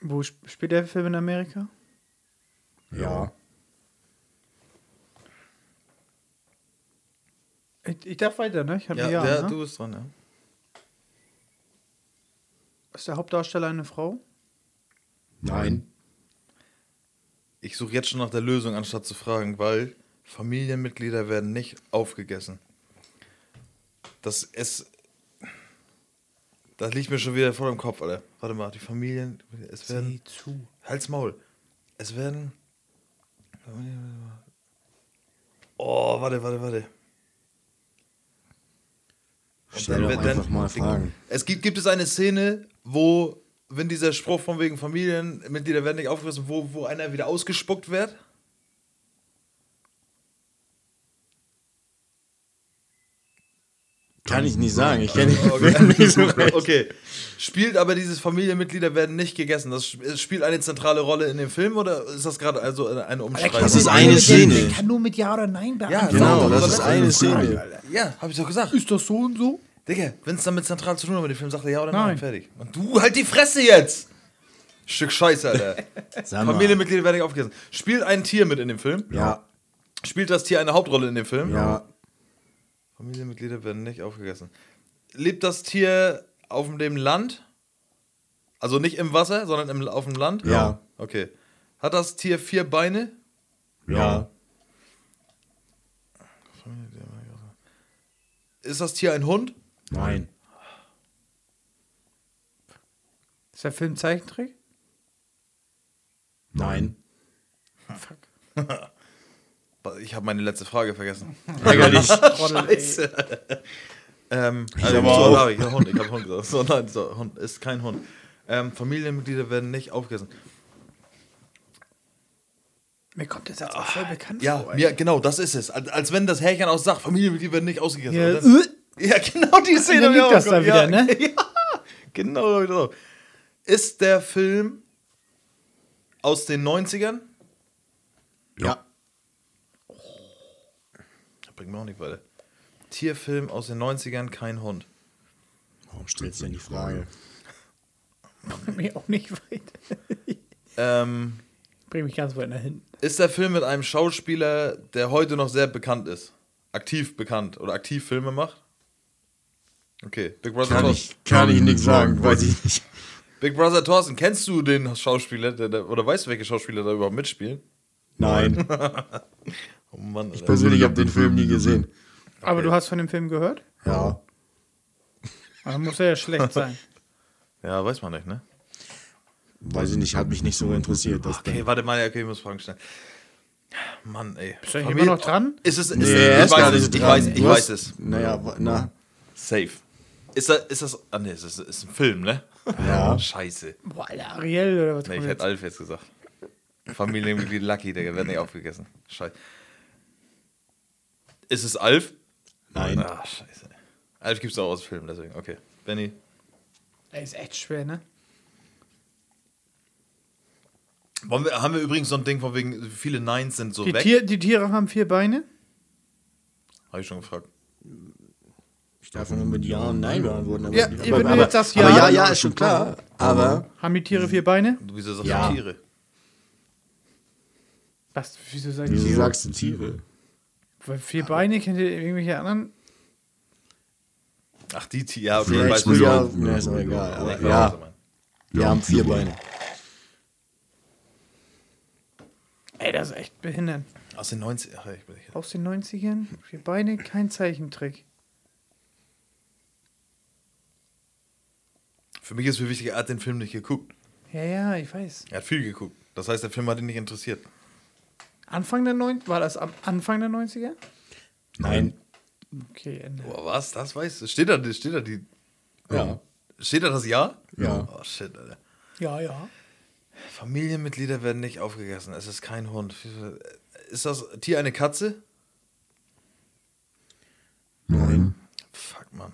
Speaker 2: Wo sp- spielt der Film in Amerika?
Speaker 3: Ja.
Speaker 2: Ich, ich darf weiter, ne? Ich hab
Speaker 1: Ja,
Speaker 2: ein Ja,
Speaker 1: der,
Speaker 2: ne?
Speaker 1: du bist dran, ja.
Speaker 2: Ist der Hauptdarsteller eine Frau?
Speaker 3: Nein.
Speaker 1: Ich suche jetzt schon nach der Lösung, anstatt zu fragen, weil Familienmitglieder werden nicht aufgegessen. Das ist. Das liegt mir schon wieder vor dem Kopf, Alter. Warte mal, die Familien. Es werden.
Speaker 2: zu.
Speaker 1: Halt's Maul. Es werden. Oh, warte, warte, warte. Und
Speaker 3: Stell doch
Speaker 1: wird-
Speaker 3: einfach mal Fragen.
Speaker 1: Es gibt, gibt es eine Szene, wo, wenn dieser Spruch von wegen Familienmitglieder werden nicht aufgerissen, wo, wo einer wieder ausgespuckt wird?
Speaker 3: Kann ich nicht sagen, ich kenne ihn nicht so recht.
Speaker 1: Okay. Spielt aber dieses Familienmitglieder werden nicht gegessen. Das sp- es spielt eine zentrale Rolle in dem Film oder ist das gerade also eine Umstreifung?
Speaker 3: Das ist eine Szene.
Speaker 2: Ich kann nur mit Ja oder Nein beantworten.
Speaker 3: Genau, das ist eine Szene.
Speaker 1: Ja, hab ich doch gesagt.
Speaker 2: Ist das so und so?
Speaker 1: Digga, wenn es damit zentral zu tun hat mit dem Film, sagt er ja oder nein,
Speaker 2: Nein.
Speaker 1: fertig. Und du halt die Fresse jetzt! Stück Scheiße, Alter.
Speaker 3: Sag mal.
Speaker 1: Familienmitglieder werden nicht aufgegessen. Spielt ein Tier mit in dem Film?
Speaker 3: Ja,
Speaker 1: Spielt das Tier eine Hauptrolle in dem Film?
Speaker 3: ja,
Speaker 1: Familienmitglieder werden nicht aufgegessen. Lebt das Tier auf dem Land? Also nicht im Wasser, sondern im, auf dem Land?
Speaker 3: Ja.
Speaker 1: Okay. Hat das Tier vier Beine?
Speaker 3: ja.
Speaker 1: Ist das Tier ein Hund?
Speaker 3: Nein.
Speaker 2: Ist der Film Zeichentrick?
Speaker 3: Nein.
Speaker 2: Fuck.
Speaker 1: Ich habe meine letzte Frage vergessen.
Speaker 3: Ärgerlich.
Speaker 1: Scheiße. ähm, also,
Speaker 3: aber
Speaker 1: so,
Speaker 3: auch.
Speaker 1: da hab ich einen Hund, ich hab Hund gesagt. So, nein, so, Hund ist kein Hund. Ähm, Familienmitglieder werden nicht aufgegessen.
Speaker 2: Mir kommt der Satz auch
Speaker 3: Ah,
Speaker 2: voll bekannt
Speaker 1: Ja,
Speaker 2: vor. ey.
Speaker 1: ja, genau, das ist es. Als, als wenn das Härchen aus sagt, Familienmitglied werden nicht ausgegessen.
Speaker 2: Ja, Äh, oh,
Speaker 1: Und dann- ja genau die Szene.
Speaker 2: dann
Speaker 1: hab ich
Speaker 2: liegt
Speaker 1: auch
Speaker 2: das da
Speaker 1: geguckt.
Speaker 2: wieder,
Speaker 1: ja,
Speaker 2: ne?
Speaker 1: Ja, genau. genau. Ist der Film aus den 90ern?
Speaker 3: Ja.
Speaker 1: Das bringt mir auch nicht weiter. Tierfilm aus den 90ern, kein Hund.
Speaker 3: Warum stellst du denn die Frage?
Speaker 2: Mir auch nicht weit.
Speaker 1: Ähm,
Speaker 2: Bring mich ganz weit nach hinten.
Speaker 1: ist der Film mit einem Schauspieler, der heute noch sehr bekannt ist? Aktiv bekannt oder aktiv Filme macht? Okay, Big Brother
Speaker 3: Kann
Speaker 1: Thorsten.
Speaker 3: ich, kann ich nichts sagen, weiß ich nicht.
Speaker 1: Big Brother Thorsten, kennst du den Schauspieler der, der, oder weißt du, welche Schauspieler da überhaupt mitspielen?
Speaker 3: Nein,
Speaker 1: Oh Mann, Alter.
Speaker 3: persönlich habe den Film nie gesehen.
Speaker 2: Aber du hast von dem Film gehört?
Speaker 3: Ja.
Speaker 2: Also muss er ja schlecht sein.
Speaker 1: Ja, weiß man nicht, ne?
Speaker 3: Weiß ich nicht, hat mich nicht so interessiert. Das
Speaker 1: Okay, warte mal, ja, okay, ich muss Fragen stellen. Mann, ey.
Speaker 2: Ist er nicht immer noch dran?
Speaker 1: Ist es, ist,
Speaker 3: Nee,
Speaker 1: ich,
Speaker 3: ist
Speaker 1: weiß
Speaker 3: gar nicht
Speaker 1: es ich
Speaker 3: dran.
Speaker 1: weiß ich
Speaker 3: Du
Speaker 1: weiß
Speaker 3: hast-
Speaker 1: es.
Speaker 3: Naja, wa- na.
Speaker 1: Safe. Ist das, ist das, ah ne, ist, das- ist ein Film, ne?
Speaker 3: Ja.
Speaker 1: Scheiße.
Speaker 2: Boah, Alter, Ariel oder was?
Speaker 1: Ne, ich hätte
Speaker 2: kommt jetzt?
Speaker 1: Alf jetzt gesagt. Familienmitglied Lucky, der wird nicht aufgegessen. Scheiße. Ist es Alf?
Speaker 3: Nein.
Speaker 1: Ah, scheiße. Alf gibt's auch aus Filmen, deswegen, okay. Benny,
Speaker 2: Ey, ist echt schwer, ne?
Speaker 1: Wollen wir, haben wir übrigens so ein Ding von wegen, viele Nines sind so
Speaker 2: Die,
Speaker 1: weg?
Speaker 2: Tier, die Tiere haben vier Beine.
Speaker 1: Habe ich schon gefragt.
Speaker 3: Ich darf nur mit Ja und Nein beantworten. Aber,
Speaker 2: Ja,
Speaker 3: aber,
Speaker 2: wenn du
Speaker 3: aber,
Speaker 2: jetzt sagst
Speaker 3: aber
Speaker 2: Ja-
Speaker 3: ja, ja, ist schon klar. Aber
Speaker 2: Haben die Tiere vier Beine?
Speaker 1: Du bist ja so
Speaker 3: Ja.
Speaker 1: Tiere.
Speaker 2: Was? Wieso sagen die
Speaker 3: wieso
Speaker 2: Tiere?
Speaker 3: sagst du Tiere?
Speaker 2: Weil vier Beine kennt ihr irgendwelche anderen?
Speaker 1: Ach, die Tiere. Ja, okay,
Speaker 3: Vielleicht
Speaker 1: weißt
Speaker 3: will
Speaker 1: du
Speaker 3: ja,
Speaker 1: ja.
Speaker 3: na, ist auch egal.
Speaker 1: Ich
Speaker 3: Aber
Speaker 1: weiß, was du
Speaker 3: ja,
Speaker 1: meinst.
Speaker 3: wir haben vier Beine.
Speaker 2: Ey, das ist echt behindert.
Speaker 1: Aus den 90 Ach, ich bin nicht.
Speaker 2: Aus den 90ern, vier Beine, kein Zeichentrick.
Speaker 1: Für mich ist viel wichtig, er hat den Film nicht geguckt.
Speaker 2: Ja, ja, ich weiß.
Speaker 1: Er hat viel geguckt. Das heißt, der Film hat ihn nicht interessiert.
Speaker 2: Anfang der 90 War das am Anfang der 90er?
Speaker 3: Nein.
Speaker 2: Okay, Ende.
Speaker 1: Boah, was? Das weißt du? Steht da, steht da, die,
Speaker 3: Ja.
Speaker 1: steht da das Jahr?
Speaker 3: Ja.
Speaker 1: Oh, shit, Alter.
Speaker 2: Ja, ja.
Speaker 1: Familienmitglieder werden nicht aufgegessen. Es ist kein Hund. äh, Ist das Tier eine Katze?
Speaker 4: Nein.
Speaker 1: Fuck, Mann.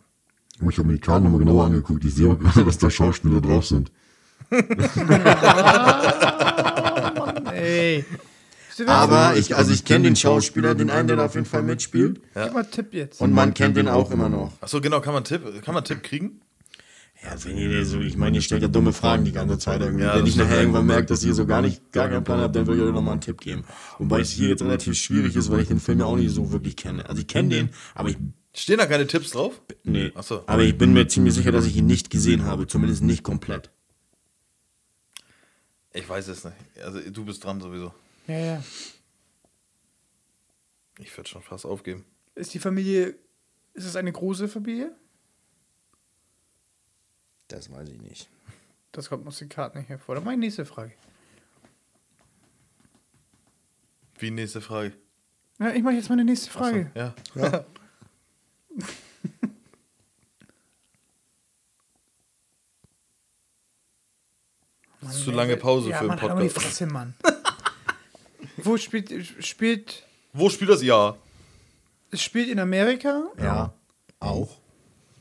Speaker 4: Aber ich habe mir die Karten nochmal genauer angeguckt. Ich sehe auch gerade, dass da Schauspieler drauf sind.
Speaker 2: Ey. Wisst ihr was?
Speaker 3: Aber ich, also ich kenne den Schauspieler, den einen, der da auf jeden Fall mitspielt.
Speaker 2: Gib mal einen Tipp jetzt.
Speaker 3: Und man kennt den auch immer noch.
Speaker 1: Achso, genau, kann man einen Tipp, kann man einen Tipp kriegen?
Speaker 3: Ja, also wenn ihr so, ich meine, ihr stellt ja dumme Fragen die ganze Zeit irgendwie.
Speaker 1: Ja,
Speaker 3: wenn
Speaker 1: das
Speaker 3: ich nachher irgendwann merke, dass ihr so gar nicht, gar keinen Plan habt, dann würde ich euch nochmal einen Tipp geben. Wobei es hier jetzt relativ schwierig ist, weil ich den Film ja auch nicht so wirklich kenne. Also ich kenne den, aber ich,
Speaker 1: Stehen da keine Tipps drauf?
Speaker 3: nee.
Speaker 1: Ach so.
Speaker 3: Aber ich bin mir ziemlich sicher, dass ich ihn nicht gesehen habe. Zumindest nicht komplett.
Speaker 1: Ich weiß es nicht. Also, du bist dran sowieso.
Speaker 2: Ja, ja.
Speaker 1: Ich würde schon fast aufgeben.
Speaker 2: Ist die Familie. Ist es eine große Familie?
Speaker 3: Das weiß ich nicht.
Speaker 2: Das kommt aus den Karten nicht hervor. Dann meine nächste Frage.
Speaker 1: Wie nächste Frage?
Speaker 2: Ja, ich mache jetzt meine nächste
Speaker 1: Ach so,
Speaker 2: Frage.
Speaker 1: Ja.
Speaker 2: Mann,
Speaker 1: Zu
Speaker 2: ey,
Speaker 1: lange Pause
Speaker 2: ja,
Speaker 1: für
Speaker 2: Mann,
Speaker 1: einen
Speaker 2: halt mal die
Speaker 1: Podcast.
Speaker 2: Fresse, Mann. Wo spielt, spielt.
Speaker 1: Wo spielt das Jahr?
Speaker 2: Es spielt in Amerika
Speaker 3: Ja. Auch.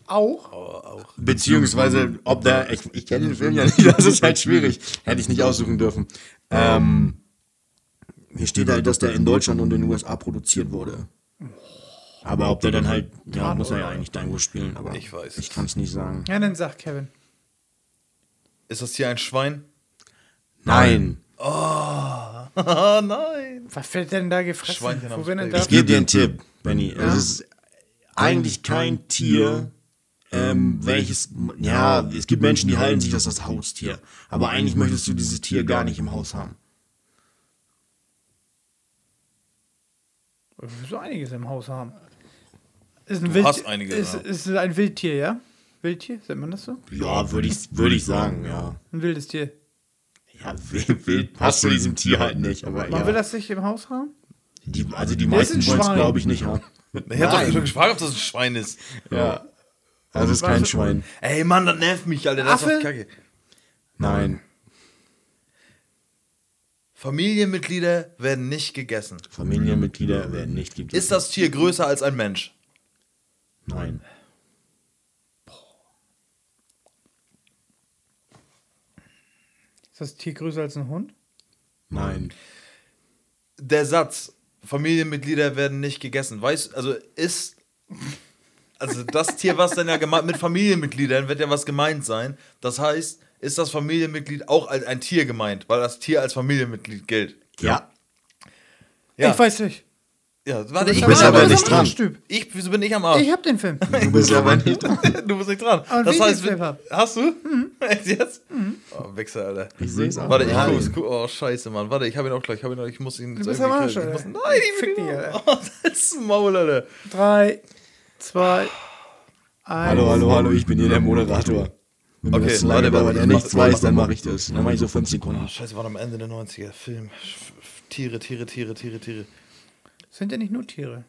Speaker 2: auch.
Speaker 1: Oh.
Speaker 3: Beziehungsweise, ob da, ich, ich kenne den Film ja nicht, das ist halt schwierig. Hätte ich nicht aussuchen dürfen. Ähm, hier steht halt, dass der in Deutschland und in den USA produziert wurde. Aber ob der dann halt, ja, muss er ja eigentlich Dango spielen, aber
Speaker 1: Ich weiß es.
Speaker 3: Ich kann es nicht sagen.
Speaker 2: Ja, dann sag Kevin.
Speaker 1: Ist das hier ein Schwein?
Speaker 3: Nein,
Speaker 1: Ah, nein.
Speaker 2: Was wird denn da gefressen?
Speaker 1: Schweinchen am
Speaker 2: Wo werden denn
Speaker 1: Steak.
Speaker 2: da
Speaker 3: ich gebe dir einen Tipp, Benny. Es ist eigentlich kein Tier, ähm, welches, ja, es gibt Menschen, die halten sich das als Haustier. Aber eigentlich möchtest du dieses Tier gar nicht im Haus haben.
Speaker 2: Wir müssen so einiges im Haus haben. Ist ein
Speaker 1: Du
Speaker 2: Wild
Speaker 1: hast einiges
Speaker 2: ist,
Speaker 1: im Haus.
Speaker 2: ist ein Wildtier, ja? Wildtier, sagt man das so?
Speaker 3: Ja, würde ich, würde ich sagen, ja.
Speaker 2: Ein wildes Tier.
Speaker 3: Ja, wild, wild passt zu diesem Tier halt nicht, aber
Speaker 2: Man will
Speaker 3: ja.
Speaker 2: das nicht im Haus haben?
Speaker 3: Die, also die
Speaker 2: Das ist
Speaker 3: meisten
Speaker 2: ein
Speaker 3: wollen es,
Speaker 2: Schwein.
Speaker 3: glaube ich, nicht haben.
Speaker 1: Ich hab doch gefragt, ob das ein Schwein ist.
Speaker 3: Ja. Also es ist kein
Speaker 2: Was-
Speaker 3: Schwein.
Speaker 1: Ey, Mann, das nervt mich, Alter. Das ist
Speaker 3: Also
Speaker 2: Affe?
Speaker 1: doch kacke.
Speaker 3: Nein.
Speaker 1: Familienmitglieder werden nicht gegessen.
Speaker 3: Familienmitglieder werden nicht gegessen.
Speaker 1: Ist das Tier größer als ein Mensch?
Speaker 3: Nein.
Speaker 2: Ist das Tier größer als ein Hund?
Speaker 3: Nein.
Speaker 1: Der Satz, Familienmitglieder werden nicht gegessen, weiß, also ist. Also das Tier, was dann ja gemeint mit Familienmitgliedern wird ja was gemeint sein. Das heißt, ist das Familienmitglied auch als ein Tier gemeint, weil das Tier als Familienmitglied gilt.
Speaker 3: Ja.
Speaker 1: Ja,
Speaker 2: Ich weiß nicht.
Speaker 1: ja warte, ich,
Speaker 3: Du bist
Speaker 1: ich-
Speaker 3: aber
Speaker 1: ich-
Speaker 3: nicht dran.
Speaker 2: Typ.
Speaker 1: Ich, wieso bin ich am Arsch?
Speaker 2: Ich hab den Film.
Speaker 3: Du bist aber nicht dran.
Speaker 1: Du bist nicht dran.
Speaker 2: Aber
Speaker 1: das
Speaker 2: einen
Speaker 1: heißt,
Speaker 2: Videoclip
Speaker 1: wenn-
Speaker 2: hab. Mhm.
Speaker 1: hast du? Echt jetzt? Oh, Wichser, Alter.
Speaker 3: Ich seh's auch.
Speaker 1: Warte, ich
Speaker 3: Nein.
Speaker 1: guck's. Guck, oh, scheiße, Mann. Warte, ich hab ihn auch gleich. Ich, hab ihn, auch- ich muss ihn
Speaker 2: Du
Speaker 1: jetzt
Speaker 2: bist am
Speaker 1: irgendwie
Speaker 2: Arsch,
Speaker 1: killen.
Speaker 2: Alter.
Speaker 1: Ich muss, nein, ich
Speaker 2: Fick
Speaker 1: bin
Speaker 2: dich, Alter.
Speaker 1: Oh, das ist ein Maul, Alter.
Speaker 2: Drei, zwei, eins.
Speaker 3: Hallo, hallo, hallo, ich bin hier der Moderator. Wenn mir
Speaker 1: Okay,
Speaker 3: das zu lange
Speaker 1: warte, warte,
Speaker 3: dauert, er
Speaker 1: mach-
Speaker 3: nichts
Speaker 1: mach-
Speaker 3: weiß, dann mache ich das. Dann mache ich so fünf Sekunden.
Speaker 1: Oh, scheiße, war am Ende der 90er. Film. Sch- f- Tiere, Tiere, Tiere, Tiere, Tiere.
Speaker 2: Sind ja nicht nur Tiere.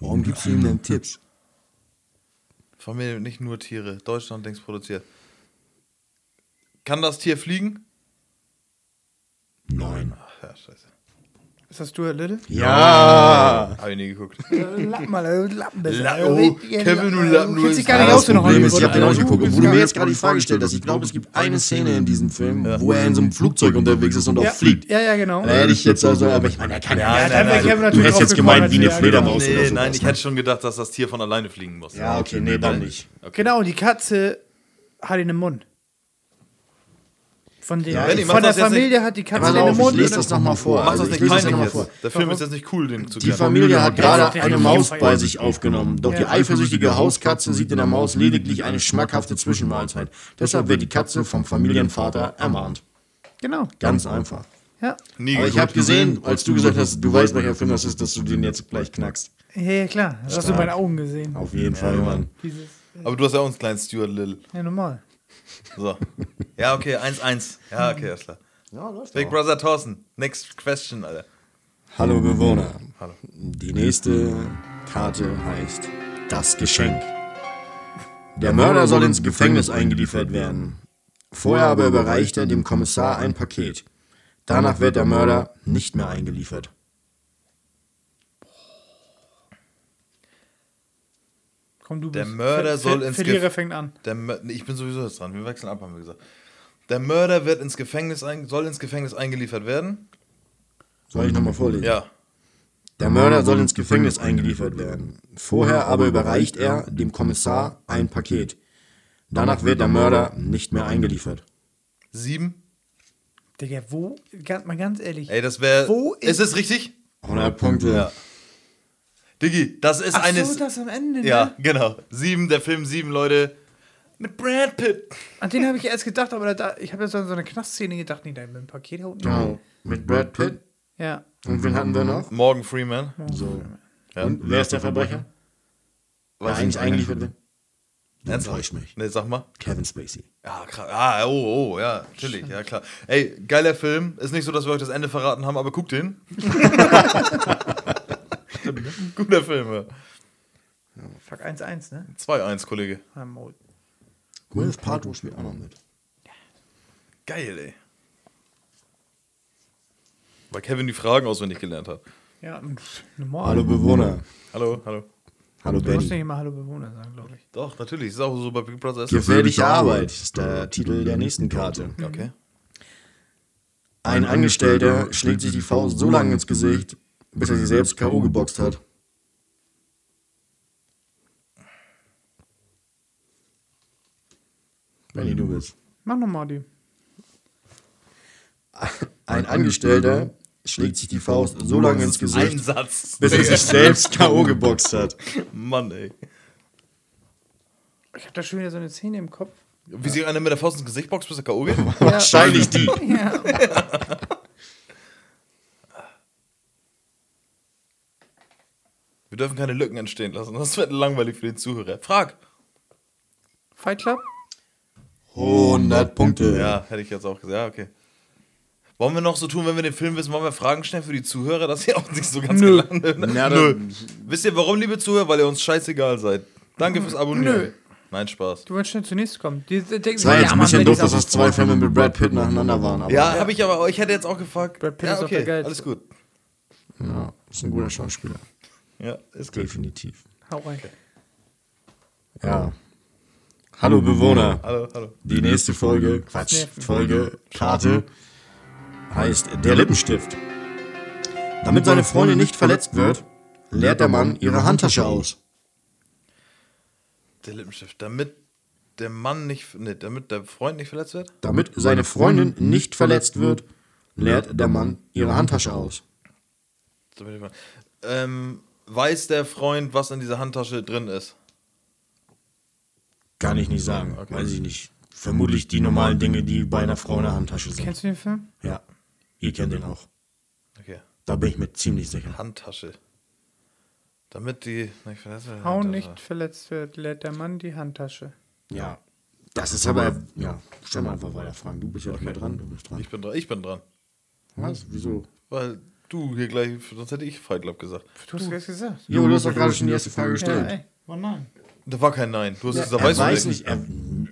Speaker 3: Warum gibst du ihm denn Tipps?
Speaker 1: Familie, nicht nur Tiere. Deutschland längst produziert. Kann das Tier fliegen?
Speaker 3: Nein.
Speaker 1: Ach ja, scheiße.
Speaker 2: Ist das Stuart Little?
Speaker 3: Ja!
Speaker 1: Hab ich nie geguckt.
Speaker 2: Lappen, Alter, du Lappen bist.
Speaker 1: La-
Speaker 2: Alter.
Speaker 1: oh,
Speaker 2: Richtig,
Speaker 1: Kevin, du
Speaker 2: Alter.
Speaker 1: Lappen, du
Speaker 2: Du kennst dich
Speaker 1: bist-
Speaker 2: gar
Speaker 1: Ja,
Speaker 2: nicht
Speaker 1: das
Speaker 2: aus in
Speaker 3: Problem
Speaker 2: Hollywood.
Speaker 3: ist, ich habe den
Speaker 2: Alter.
Speaker 3: auch geguckt.
Speaker 2: Du
Speaker 3: Obwohl du mir
Speaker 2: bist
Speaker 3: jetzt gerade die Frage gestellt hast, ich glaube, es gibt eine Szene in diesem Film,
Speaker 1: Ja.
Speaker 3: wo er in so einem Flugzeug unterwegs ist und auch
Speaker 2: Ja,
Speaker 3: fliegt.
Speaker 2: ja, ja, genau.
Speaker 3: Da hätte ich jetzt also, aber ich meine, er kann ja.
Speaker 1: Ja,
Speaker 3: nicht.
Speaker 1: da wär
Speaker 3: Also,
Speaker 2: Kevin
Speaker 3: Du
Speaker 2: natürlich
Speaker 3: hättest
Speaker 2: drauf
Speaker 3: jetzt gemeint, wie
Speaker 2: gekommen,
Speaker 3: eine
Speaker 2: als wir-
Speaker 3: Fledermaus oder
Speaker 1: Nee,
Speaker 3: so.
Speaker 1: nein, ich hätte schon gedacht, dass das Tier von alleine fliegen muss.
Speaker 3: Ja, okay, nee, dann nicht.
Speaker 2: Genau, die Katze hat ihn im Mund. Von, dem,
Speaker 3: Ja, Benny,
Speaker 1: mach
Speaker 2: von der
Speaker 1: das jetzt
Speaker 2: Familie hat die Katze
Speaker 3: Pass
Speaker 2: den im
Speaker 3: auf, ich
Speaker 2: Mund.
Speaker 3: lese
Speaker 2: und-
Speaker 3: das nochmal vor.
Speaker 1: Mach
Speaker 3: Also,
Speaker 1: das nicht
Speaker 3: ich lese das
Speaker 1: peinlich
Speaker 3: noch mal
Speaker 1: jetzt.
Speaker 3: vor.
Speaker 1: Der Film ist jetzt nicht cool, den zu
Speaker 3: Die
Speaker 1: klären.
Speaker 3: Familie hat gerade
Speaker 2: Ja.
Speaker 3: eine Maus bei sich aufgenommen. Doch die eifersüchtige Hauskatze sieht in der Maus lediglich eine schmackhafte Zwischenmahlzeit. Deshalb wird die Katze vom Familienvater ermahnt.
Speaker 2: Genau,
Speaker 3: Ganz einfach.
Speaker 2: ja.
Speaker 1: Nie
Speaker 3: Aber ich
Speaker 1: geguckt.
Speaker 3: habe gesehen, als du gesagt hast, du weißt, welcher Film das ist, dass du den jetzt gleich knackst.
Speaker 2: Ja, ja, klar. Das hast du in meinen Augen gesehen.
Speaker 3: Auf jeden Fall, Mann.
Speaker 2: Dieses,
Speaker 1: Aber du hast ja auch einen kleinen Stuart Little.
Speaker 2: ja, normal.
Speaker 1: So. Ja, okay, 1-1. Ja, okay, alles klar.
Speaker 3: Ja, läuft
Speaker 1: Big Brother Thorsten, next question, Alter.
Speaker 3: Hm, Hallo Bewohner.
Speaker 1: Hallo.
Speaker 3: Die nächste Karte heißt Das Geschenk. Der Mörder soll ins Gefängnis eingeliefert werden. Vorher aber überreicht er dem Kommissar ein Paket. Danach wird der Mörder nicht mehr eingeliefert.
Speaker 2: Komm, du
Speaker 1: Der
Speaker 2: bist.
Speaker 1: Mörder
Speaker 2: Ver-
Speaker 1: soll
Speaker 2: Ver-
Speaker 1: ins
Speaker 2: Verlierer
Speaker 1: Gef-
Speaker 2: fängt an.
Speaker 1: Der Mör- nee, ich bin sowieso jetzt dran. Wir wechseln ab, haben wir gesagt. Der Mörder wird ins Gefängnis ein soll ins Gefängnis eingeliefert werden?
Speaker 3: Soll ich nochmal vorlesen?
Speaker 1: Ja.
Speaker 3: Der Mörder soll ins Gefängnis eingeliefert werden. Vorher aber überreicht er dem Kommissar ein Paket. Danach wird der Mörder nicht mehr eingeliefert.
Speaker 1: Sieben?
Speaker 2: Digga, wo? Ganz, mal ganz ehrlich.
Speaker 1: Ey, das wäre.
Speaker 2: Wo
Speaker 1: Ist es richtig?
Speaker 3: 100 Punkte.
Speaker 1: Ja. Diggi, das ist
Speaker 2: Ach
Speaker 1: eine.
Speaker 2: so, das am Ende, ne?
Speaker 1: ja, genau. Sieben, der Film Sieben, Leute. Mit Brad Pitt.
Speaker 2: An den habe ich erst gedacht, aber da, ich habe jetzt an so eine Knastszene gedacht. Nee, da mit dem Paket haut nicht.
Speaker 3: Genau. Mit Brad Pitt.
Speaker 2: Ja.
Speaker 3: Und wen hatten wir noch?
Speaker 1: Morgan Freeman.
Speaker 3: So. Und wer ist der Verbrecher? Weil
Speaker 1: Weiß
Speaker 3: eigentlich eingeliefert wird?
Speaker 1: Ernsthaft?
Speaker 3: Enttäusch mich.
Speaker 1: Ne, sag mal.
Speaker 3: Kevin Spacey.
Speaker 1: Ja, krass. Ah, oh, oh, ja, natürlich, ja klar. Ey, geiler Film. Ist nicht so, dass wir euch das Ende verraten haben, aber guckt den. Guter Film, ja.
Speaker 2: Fuck, 1-1, ne?
Speaker 1: 2-1, Kollege.
Speaker 2: Ah, Maul.
Speaker 3: Gwyneth Paltrow spielt auch noch mit.
Speaker 1: Geil, ey. Weil Kevin die Fragen auswendig gelernt hat.
Speaker 2: Ja, pff, normal.
Speaker 3: Hallo Bewohner.
Speaker 1: Hallo, hallo.
Speaker 3: Hallo
Speaker 2: Du musst nicht
Speaker 3: Benny.
Speaker 2: immer Hallo Bewohner sagen, glaube ich.
Speaker 1: Doch, natürlich. Ist auch so bei Big Brother. Ist das-
Speaker 3: Gefährliche Arbeit ist der Titel der nächsten Karte.
Speaker 1: Okay.
Speaker 3: Ein Angestellter schlägt sich die Faust so lange ins Gesicht, bis er sie selbst K.O. geboxt hat. Benny, du bist.
Speaker 2: Mach nochmal die.
Speaker 3: Ein Angestellter schlägt sich die Faust so lange ins
Speaker 1: Ein
Speaker 3: Gesicht,
Speaker 1: Satz.
Speaker 3: bis er sich selbst K.O. geboxt hat.
Speaker 1: Mann, ey.
Speaker 2: Ich habe da schon wieder so eine Szene im Kopf.
Speaker 1: Wie sich einer mit der Faust ins Gesicht boxt, bis er K.O. geht?
Speaker 3: Wahrscheinlich die.
Speaker 2: Ja.
Speaker 1: Wir dürfen keine Lücken entstehen lassen. Das wird langweilig für den Zuhörer. Frag.
Speaker 2: Fight Club?
Speaker 3: 100 Punkte.
Speaker 1: Ja, hätte ich jetzt auch gesagt. Ja, okay. Wollen wir noch so tun, wenn wir den Film wissen, wollen wir Fragen stellen für die Zuhörer, dass ihr auch nicht so ganz
Speaker 2: Nö.
Speaker 1: gelandet
Speaker 3: Na,
Speaker 1: Nö.
Speaker 3: dann-
Speaker 1: Wisst ihr warum, liebe Zuhörer? Weil ihr uns scheißegal seid. Danke fürs Abonnieren.
Speaker 2: Nö.
Speaker 1: Nein, Spaß.
Speaker 2: Du wolltest schon zunächst kommen. Die, die, die,
Speaker 3: War jetzt ein bisschen doof, dass
Speaker 2: das
Speaker 3: es zwei Filme mit Brad Pitt nacheinander waren. Aber
Speaker 1: Ja, habe ich aber, ich hätte jetzt auch gefragt.
Speaker 2: Brad Pitt
Speaker 1: ja,
Speaker 2: ist doch der Geilste.
Speaker 1: alles gut.
Speaker 3: ja, ist ein guter Schauspieler.
Speaker 1: Ja, ist gut.
Speaker 3: Definitiv.
Speaker 2: Hau rein.
Speaker 3: Ja. Hallo Bewohner.
Speaker 1: Hallo, hallo.
Speaker 3: Die nächste Folge, Quatsch, Folge, Karte heißt Der Lippenstift. Damit seine Freundin nicht verletzt wird, leert der Mann ihre Handtasche aus.
Speaker 1: Der Lippenstift, damit der Mann nicht, nee, damit der Freund nicht verletzt wird?
Speaker 3: Damit seine Freundin nicht verletzt wird, leert der Mann ihre Handtasche aus.
Speaker 1: Damit der Mann- Ähm, weiß der Freund, was in dieser Handtasche drin ist?
Speaker 3: Kann ich nicht sagen, weiß ich nicht. Vermutlich die normalen Dinge, die bei einer Frau in der Handtasche sind.
Speaker 2: Kennst du den Film?
Speaker 3: Ja, ihr kennt den auch.
Speaker 1: Okay,
Speaker 3: Da bin ich mir ziemlich sicher.
Speaker 1: Handtasche. Damit die nicht verletzt wird.
Speaker 2: Hau
Speaker 1: Handtasche.
Speaker 2: nicht verletzt wird, lädt der Mann die Handtasche.
Speaker 3: Ja. Das ist aber, ja, stell mal einfach weiter fragen. Du bist ja doch mal dran, du bist dran.
Speaker 1: Ich bin dran, ich bin dran.
Speaker 3: Was? Wieso?
Speaker 1: Weil du hier gleich, sonst hätte ich Fight Club gesagt.
Speaker 2: Du hast es gesagt.
Speaker 3: Jo, du hast doch gerade schon die erste Frage
Speaker 2: Ja,
Speaker 3: gestellt.
Speaker 2: ey. Oh nein.
Speaker 1: Da war kein Nein. Du hast es, da
Speaker 3: er
Speaker 1: weißt
Speaker 3: weiß,
Speaker 1: du
Speaker 3: nicht. Er,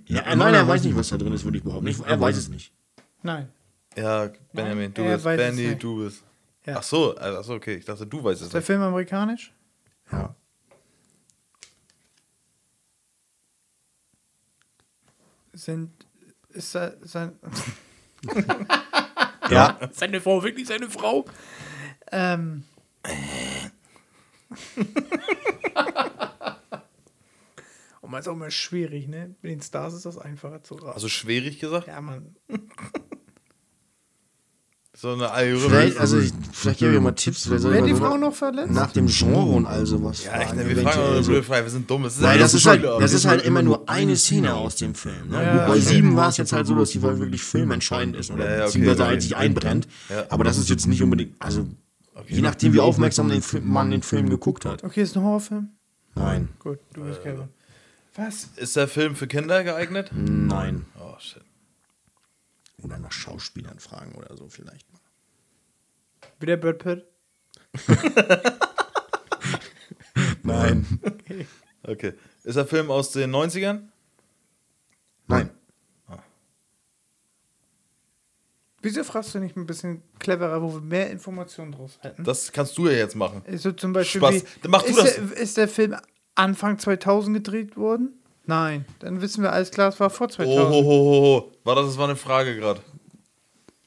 Speaker 3: ja, er, nein, er weiß nicht, was da drin ist, würde ich behaupten. Ich, er weiß es nicht.
Speaker 2: Nein.
Speaker 1: Ja, Benjamin, du
Speaker 2: er
Speaker 1: bist.
Speaker 2: weiß es
Speaker 1: Benny,
Speaker 2: nicht.
Speaker 1: du bist.
Speaker 2: Ja.
Speaker 1: Ach so, also, ach so, okay. Ich dachte, du weißt es
Speaker 2: Ist der
Speaker 1: nicht.
Speaker 2: Film amerikanisch?
Speaker 3: Ja.
Speaker 2: Sind. Ist da sein.
Speaker 3: Ja.
Speaker 2: Seine Frau, wirklich seine Frau? Ähm. Und man ist auch immer schwierig, ne? Mit den Stars ist das einfacher zu raten.
Speaker 1: Also schwierig gesagt?
Speaker 2: ja, Mann.
Speaker 1: So eine Algorithmen.
Speaker 3: Vielleicht, also ich, vielleicht gebe ich mal Tipps. Vielleicht soll ich
Speaker 2: Wird
Speaker 3: mal
Speaker 2: die
Speaker 3: so
Speaker 2: Frau
Speaker 3: nach-
Speaker 2: noch verletzt?
Speaker 3: Nach dem Genre und all sowas.
Speaker 1: Ja, echt,
Speaker 3: fragen,
Speaker 1: ne, wir
Speaker 3: eventuell.
Speaker 1: fragen auch
Speaker 3: Also-
Speaker 1: blöd frei, wir sind dumm. Es ist
Speaker 3: Weil das ist, halt, das ist
Speaker 1: halt.
Speaker 3: halt immer nur eine Szene aus dem Film. Ne? Gut, bei
Speaker 2: okay.
Speaker 3: sieben war es jetzt halt so, dass die Folge wirklich filmentscheidend ist oder
Speaker 1: Ja, ja, okay,
Speaker 3: beziehungsweise
Speaker 1: okay.
Speaker 3: halt sich einbrennt.
Speaker 1: Ja.
Speaker 3: Aber das ist jetzt nicht unbedingt, also je nachdem, wie aufmerksam den Film, man den Film geguckt hat.
Speaker 2: Okay, ist ein Horrorfilm?
Speaker 3: Nein,
Speaker 2: Gut, du bist Kevin. Was?
Speaker 1: Ist der Film für Kinder geeignet?
Speaker 3: nein.
Speaker 1: Oh, shit.
Speaker 3: Oder nach Schauspielern fragen oder so vielleicht mal.
Speaker 2: Wie der Brad Pitt?
Speaker 3: Nein.
Speaker 1: Okay. Ist der Film aus den 90ern?
Speaker 3: Nein.
Speaker 2: Wieso fragst du nicht ein bisschen cleverer, wo wir mehr Informationen draus hätten?
Speaker 1: Das kannst du ja jetzt machen.
Speaker 2: So zum Beispiel
Speaker 1: Spaß.
Speaker 2: wie,
Speaker 1: Dann mach du
Speaker 2: ist,
Speaker 1: das.
Speaker 2: Der, ist der Film Anfang 2000 gedreht worden? Nein. Dann wissen wir, alles klar, es war vor
Speaker 1: Oh, ho, ho,
Speaker 2: 2000.
Speaker 1: ho, ho. War das, das war eine Frage gerade.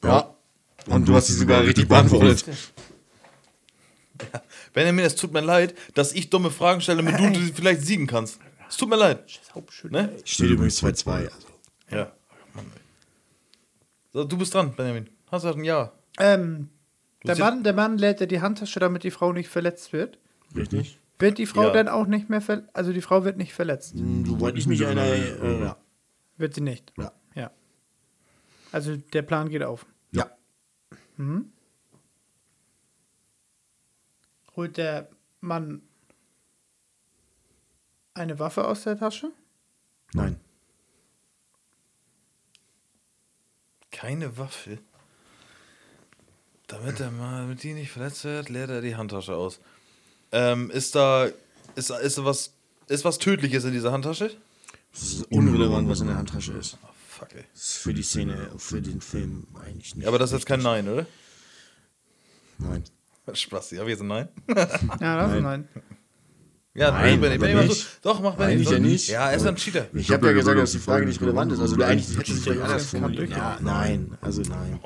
Speaker 3: Ja. Und du hast sie sogar richtig beantwortet.
Speaker 1: Benjamin, es tut mir leid, dass ich dumme Fragen stelle, damit du die vielleicht siegen kannst. Es tut mir leid.
Speaker 2: Hauptschüler.
Speaker 1: Ne?
Speaker 3: Steht übrigens 2-2. Also.
Speaker 1: Ja. So, du bist dran, Benjamin. Hast du halt ein Ja.
Speaker 2: Ähm, der,
Speaker 1: hast
Speaker 2: Mann, der Mann lädt ja die Handtasche, damit die Frau nicht verletzt wird.
Speaker 3: Richtig?
Speaker 2: Wird die Frau
Speaker 1: Ja. Mhm.
Speaker 2: dann auch nicht mehr verletzt? Also die Frau wird nicht verletzt.
Speaker 3: Hm, Soweit ich mich erinnere, äh, ja.
Speaker 2: Wird sie nicht.
Speaker 3: Ja.
Speaker 2: Ja. Also der Plan geht auf.
Speaker 3: Ja.
Speaker 2: Holt der Mann eine Waffe aus der Tasche?
Speaker 3: Nein.
Speaker 1: Keine Waffe. Damit er mal mit die nicht verletzt wird, leert er die Handtasche aus. Ähm, ist da. Ist, ist, was, ist was Tödliches in dieser Handtasche?
Speaker 3: Es ist unrelevant, was in der Handtasche ist.
Speaker 1: Oh, fuck, ey.
Speaker 3: Das ist für die Szene, für den Film eigentlich nicht.
Speaker 1: Ja, aber das ist jetzt kein Nein, oder?
Speaker 3: Nein.
Speaker 1: Spaß, hab ich jetzt ein Nein?
Speaker 2: Ja, das ist nein.
Speaker 1: Ja,
Speaker 3: Nein,
Speaker 1: Benny,
Speaker 3: aber
Speaker 1: Benny, mach so.
Speaker 3: nicht.
Speaker 1: Doch, mach Benny.
Speaker 3: Eigentlich
Speaker 1: so.
Speaker 3: ja nicht.
Speaker 1: Ja, er ist ein Cheater.
Speaker 3: Ich habe ja gesagt, dass die Frage nicht relevant ist. Also eigentlich hätte sie vielleicht anders
Speaker 2: kann
Speaker 3: formuliert. Ja, nein, also nein.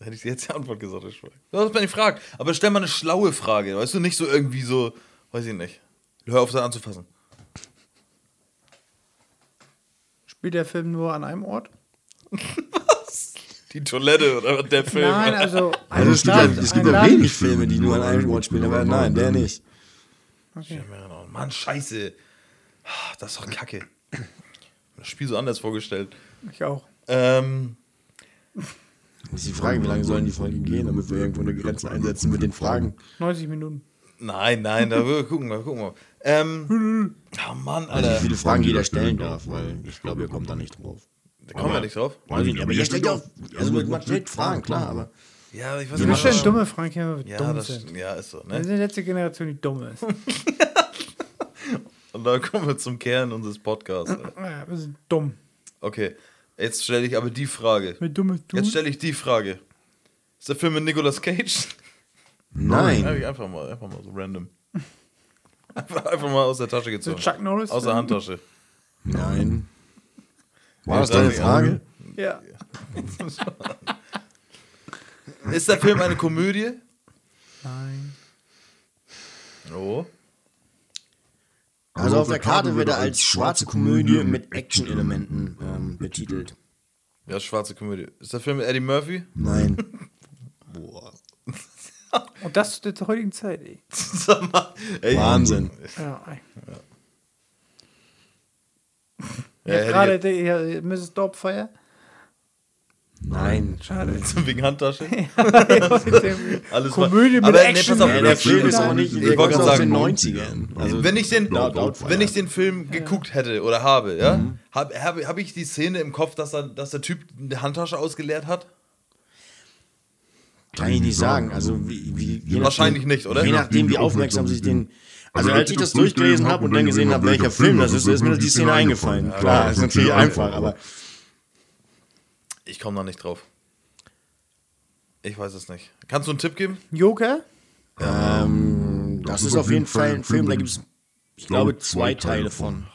Speaker 1: Hätte ich jetzt die Antwort gesagt, ich schwöre. Du hast Benny fragt. Aber stell mal eine schlaue Frage, weißt du? Nicht so irgendwie so, weiß ich nicht. Hör auf, da anzufassen.
Speaker 2: Spielt der Film nur an einem Ort?
Speaker 1: Die Toilette oder der Film.
Speaker 2: Nein, also ein
Speaker 3: Also es gibt ja,
Speaker 2: Land,
Speaker 3: es
Speaker 2: ein
Speaker 3: gibt ja
Speaker 2: Land.
Speaker 3: wenig Filme, die nur an einem Ort spielen, aber nein, der nicht.
Speaker 2: äh.
Speaker 1: Ja, mehrere Augen. Mann, scheiße. Ah, Das ist doch Kacke. Ich hab Das Spiel so anders vorgestellt.
Speaker 2: Ich auch.
Speaker 1: Ähm,
Speaker 3: Das ist die Frage, wie lange sollen die Folgen gehen, damit wir irgendwo eine Grenze einsetzen mit den Fragen.
Speaker 2: 90 Minuten.
Speaker 1: nein, nein, da wir gucken wir, gucken wir. Ähm, oh Mann,
Speaker 3: Also wie
Speaker 1: Alter.
Speaker 3: viele Fragen jeder stellen darf, weil ich glaube, ihr kommt da nicht drauf.
Speaker 1: Da kommen wir nicht drauf.
Speaker 3: Weiß ich nicht, aber ihr stellt ja auch, also man stellt Fragen, klar, aber
Speaker 1: Ja, ich weiß
Speaker 2: Wir
Speaker 1: nicht.
Speaker 2: stellen
Speaker 1: was-
Speaker 2: dumme Fragen, weil wir
Speaker 1: Ja,
Speaker 2: dumm
Speaker 1: das,
Speaker 2: sind.
Speaker 1: ja, ist so,
Speaker 2: Wir
Speaker 1: ne?
Speaker 2: sind die letzte Generation, die dumm ist.
Speaker 1: Und dann kommen wir zum Kern unseres Podcasts.
Speaker 2: Ja, Ah, wir sind dumm.
Speaker 1: Okay, jetzt stelle ich aber die Frage.
Speaker 2: Mit dumme Dude.
Speaker 1: Jetzt stelle ich die Frage. Ist der Film mit Nicolas Cage? Ja,
Speaker 3: Nein.
Speaker 1: ich einfach mal, einfach mal so random. Einfach, einfach mal aus der Tasche gezogen.
Speaker 2: Ist Chuck Norris
Speaker 1: Aus der
Speaker 2: drin?
Speaker 1: Handtasche.
Speaker 3: Nein. War das
Speaker 1: Ja,
Speaker 3: deine
Speaker 1: das-
Speaker 3: Frage?
Speaker 2: ja.
Speaker 1: Ist der Film eine Komödie?
Speaker 2: Nein.
Speaker 1: Oh.
Speaker 3: Also auf der Karte wird er als schwarze Komödie mit Action-Elementen ähm, betitelt.
Speaker 1: Ja, schwarze Komödie. Ist der Film mit Eddie Murphy?
Speaker 3: Nein. Boah.
Speaker 2: Und das zu der heutigen Zeit, ey.
Speaker 1: Sag mal, ey,
Speaker 3: Wahnsinn.
Speaker 2: Ja, ey.
Speaker 1: Ja,
Speaker 2: Ja,
Speaker 1: hätte
Speaker 2: gerade
Speaker 1: ich
Speaker 2: der äh, ja, Mrs. Doubtfire.
Speaker 3: Nein.
Speaker 2: Schade.
Speaker 1: jetzt wegen Handtasche. Alles
Speaker 2: Komödie
Speaker 1: mal-
Speaker 2: mit
Speaker 1: Aber, nee,
Speaker 2: Action.
Speaker 1: pass auf,
Speaker 3: Ja,
Speaker 1: der
Speaker 3: der Film ist auch nicht
Speaker 1: Ich
Speaker 3: der
Speaker 1: wollte
Speaker 3: kommt
Speaker 1: gerade
Speaker 3: aus
Speaker 1: sagen,
Speaker 3: den 90ern. Also
Speaker 1: wenn ich den,
Speaker 3: Laut- laut-
Speaker 1: wenn ich den Film geguckt hätte oder habe, ja, habe hab, hab ich die Szene im Kopf, dass, er, dass der Typ eine Handtasche ausgeleert hat?
Speaker 3: kann ich nicht sagen. Also wie, wie, je nachdem-
Speaker 1: Wahrscheinlich nicht, oder?
Speaker 3: Je nachdem, wie aufmerksam sich den. Also als ich das durchgelesen habe und dann gesehen habe, welcher Film das ist, ist mir die Szene eingefallen. Klar, ist natürlich einfach, aber
Speaker 1: Ich komme da nicht drauf. Ich weiß es nicht. Kannst du einen Tipp geben?
Speaker 2: Joker?
Speaker 3: ähm, das ist auf jeden Fall ein Film, da gibt es, ich glaube, zwei Teile von.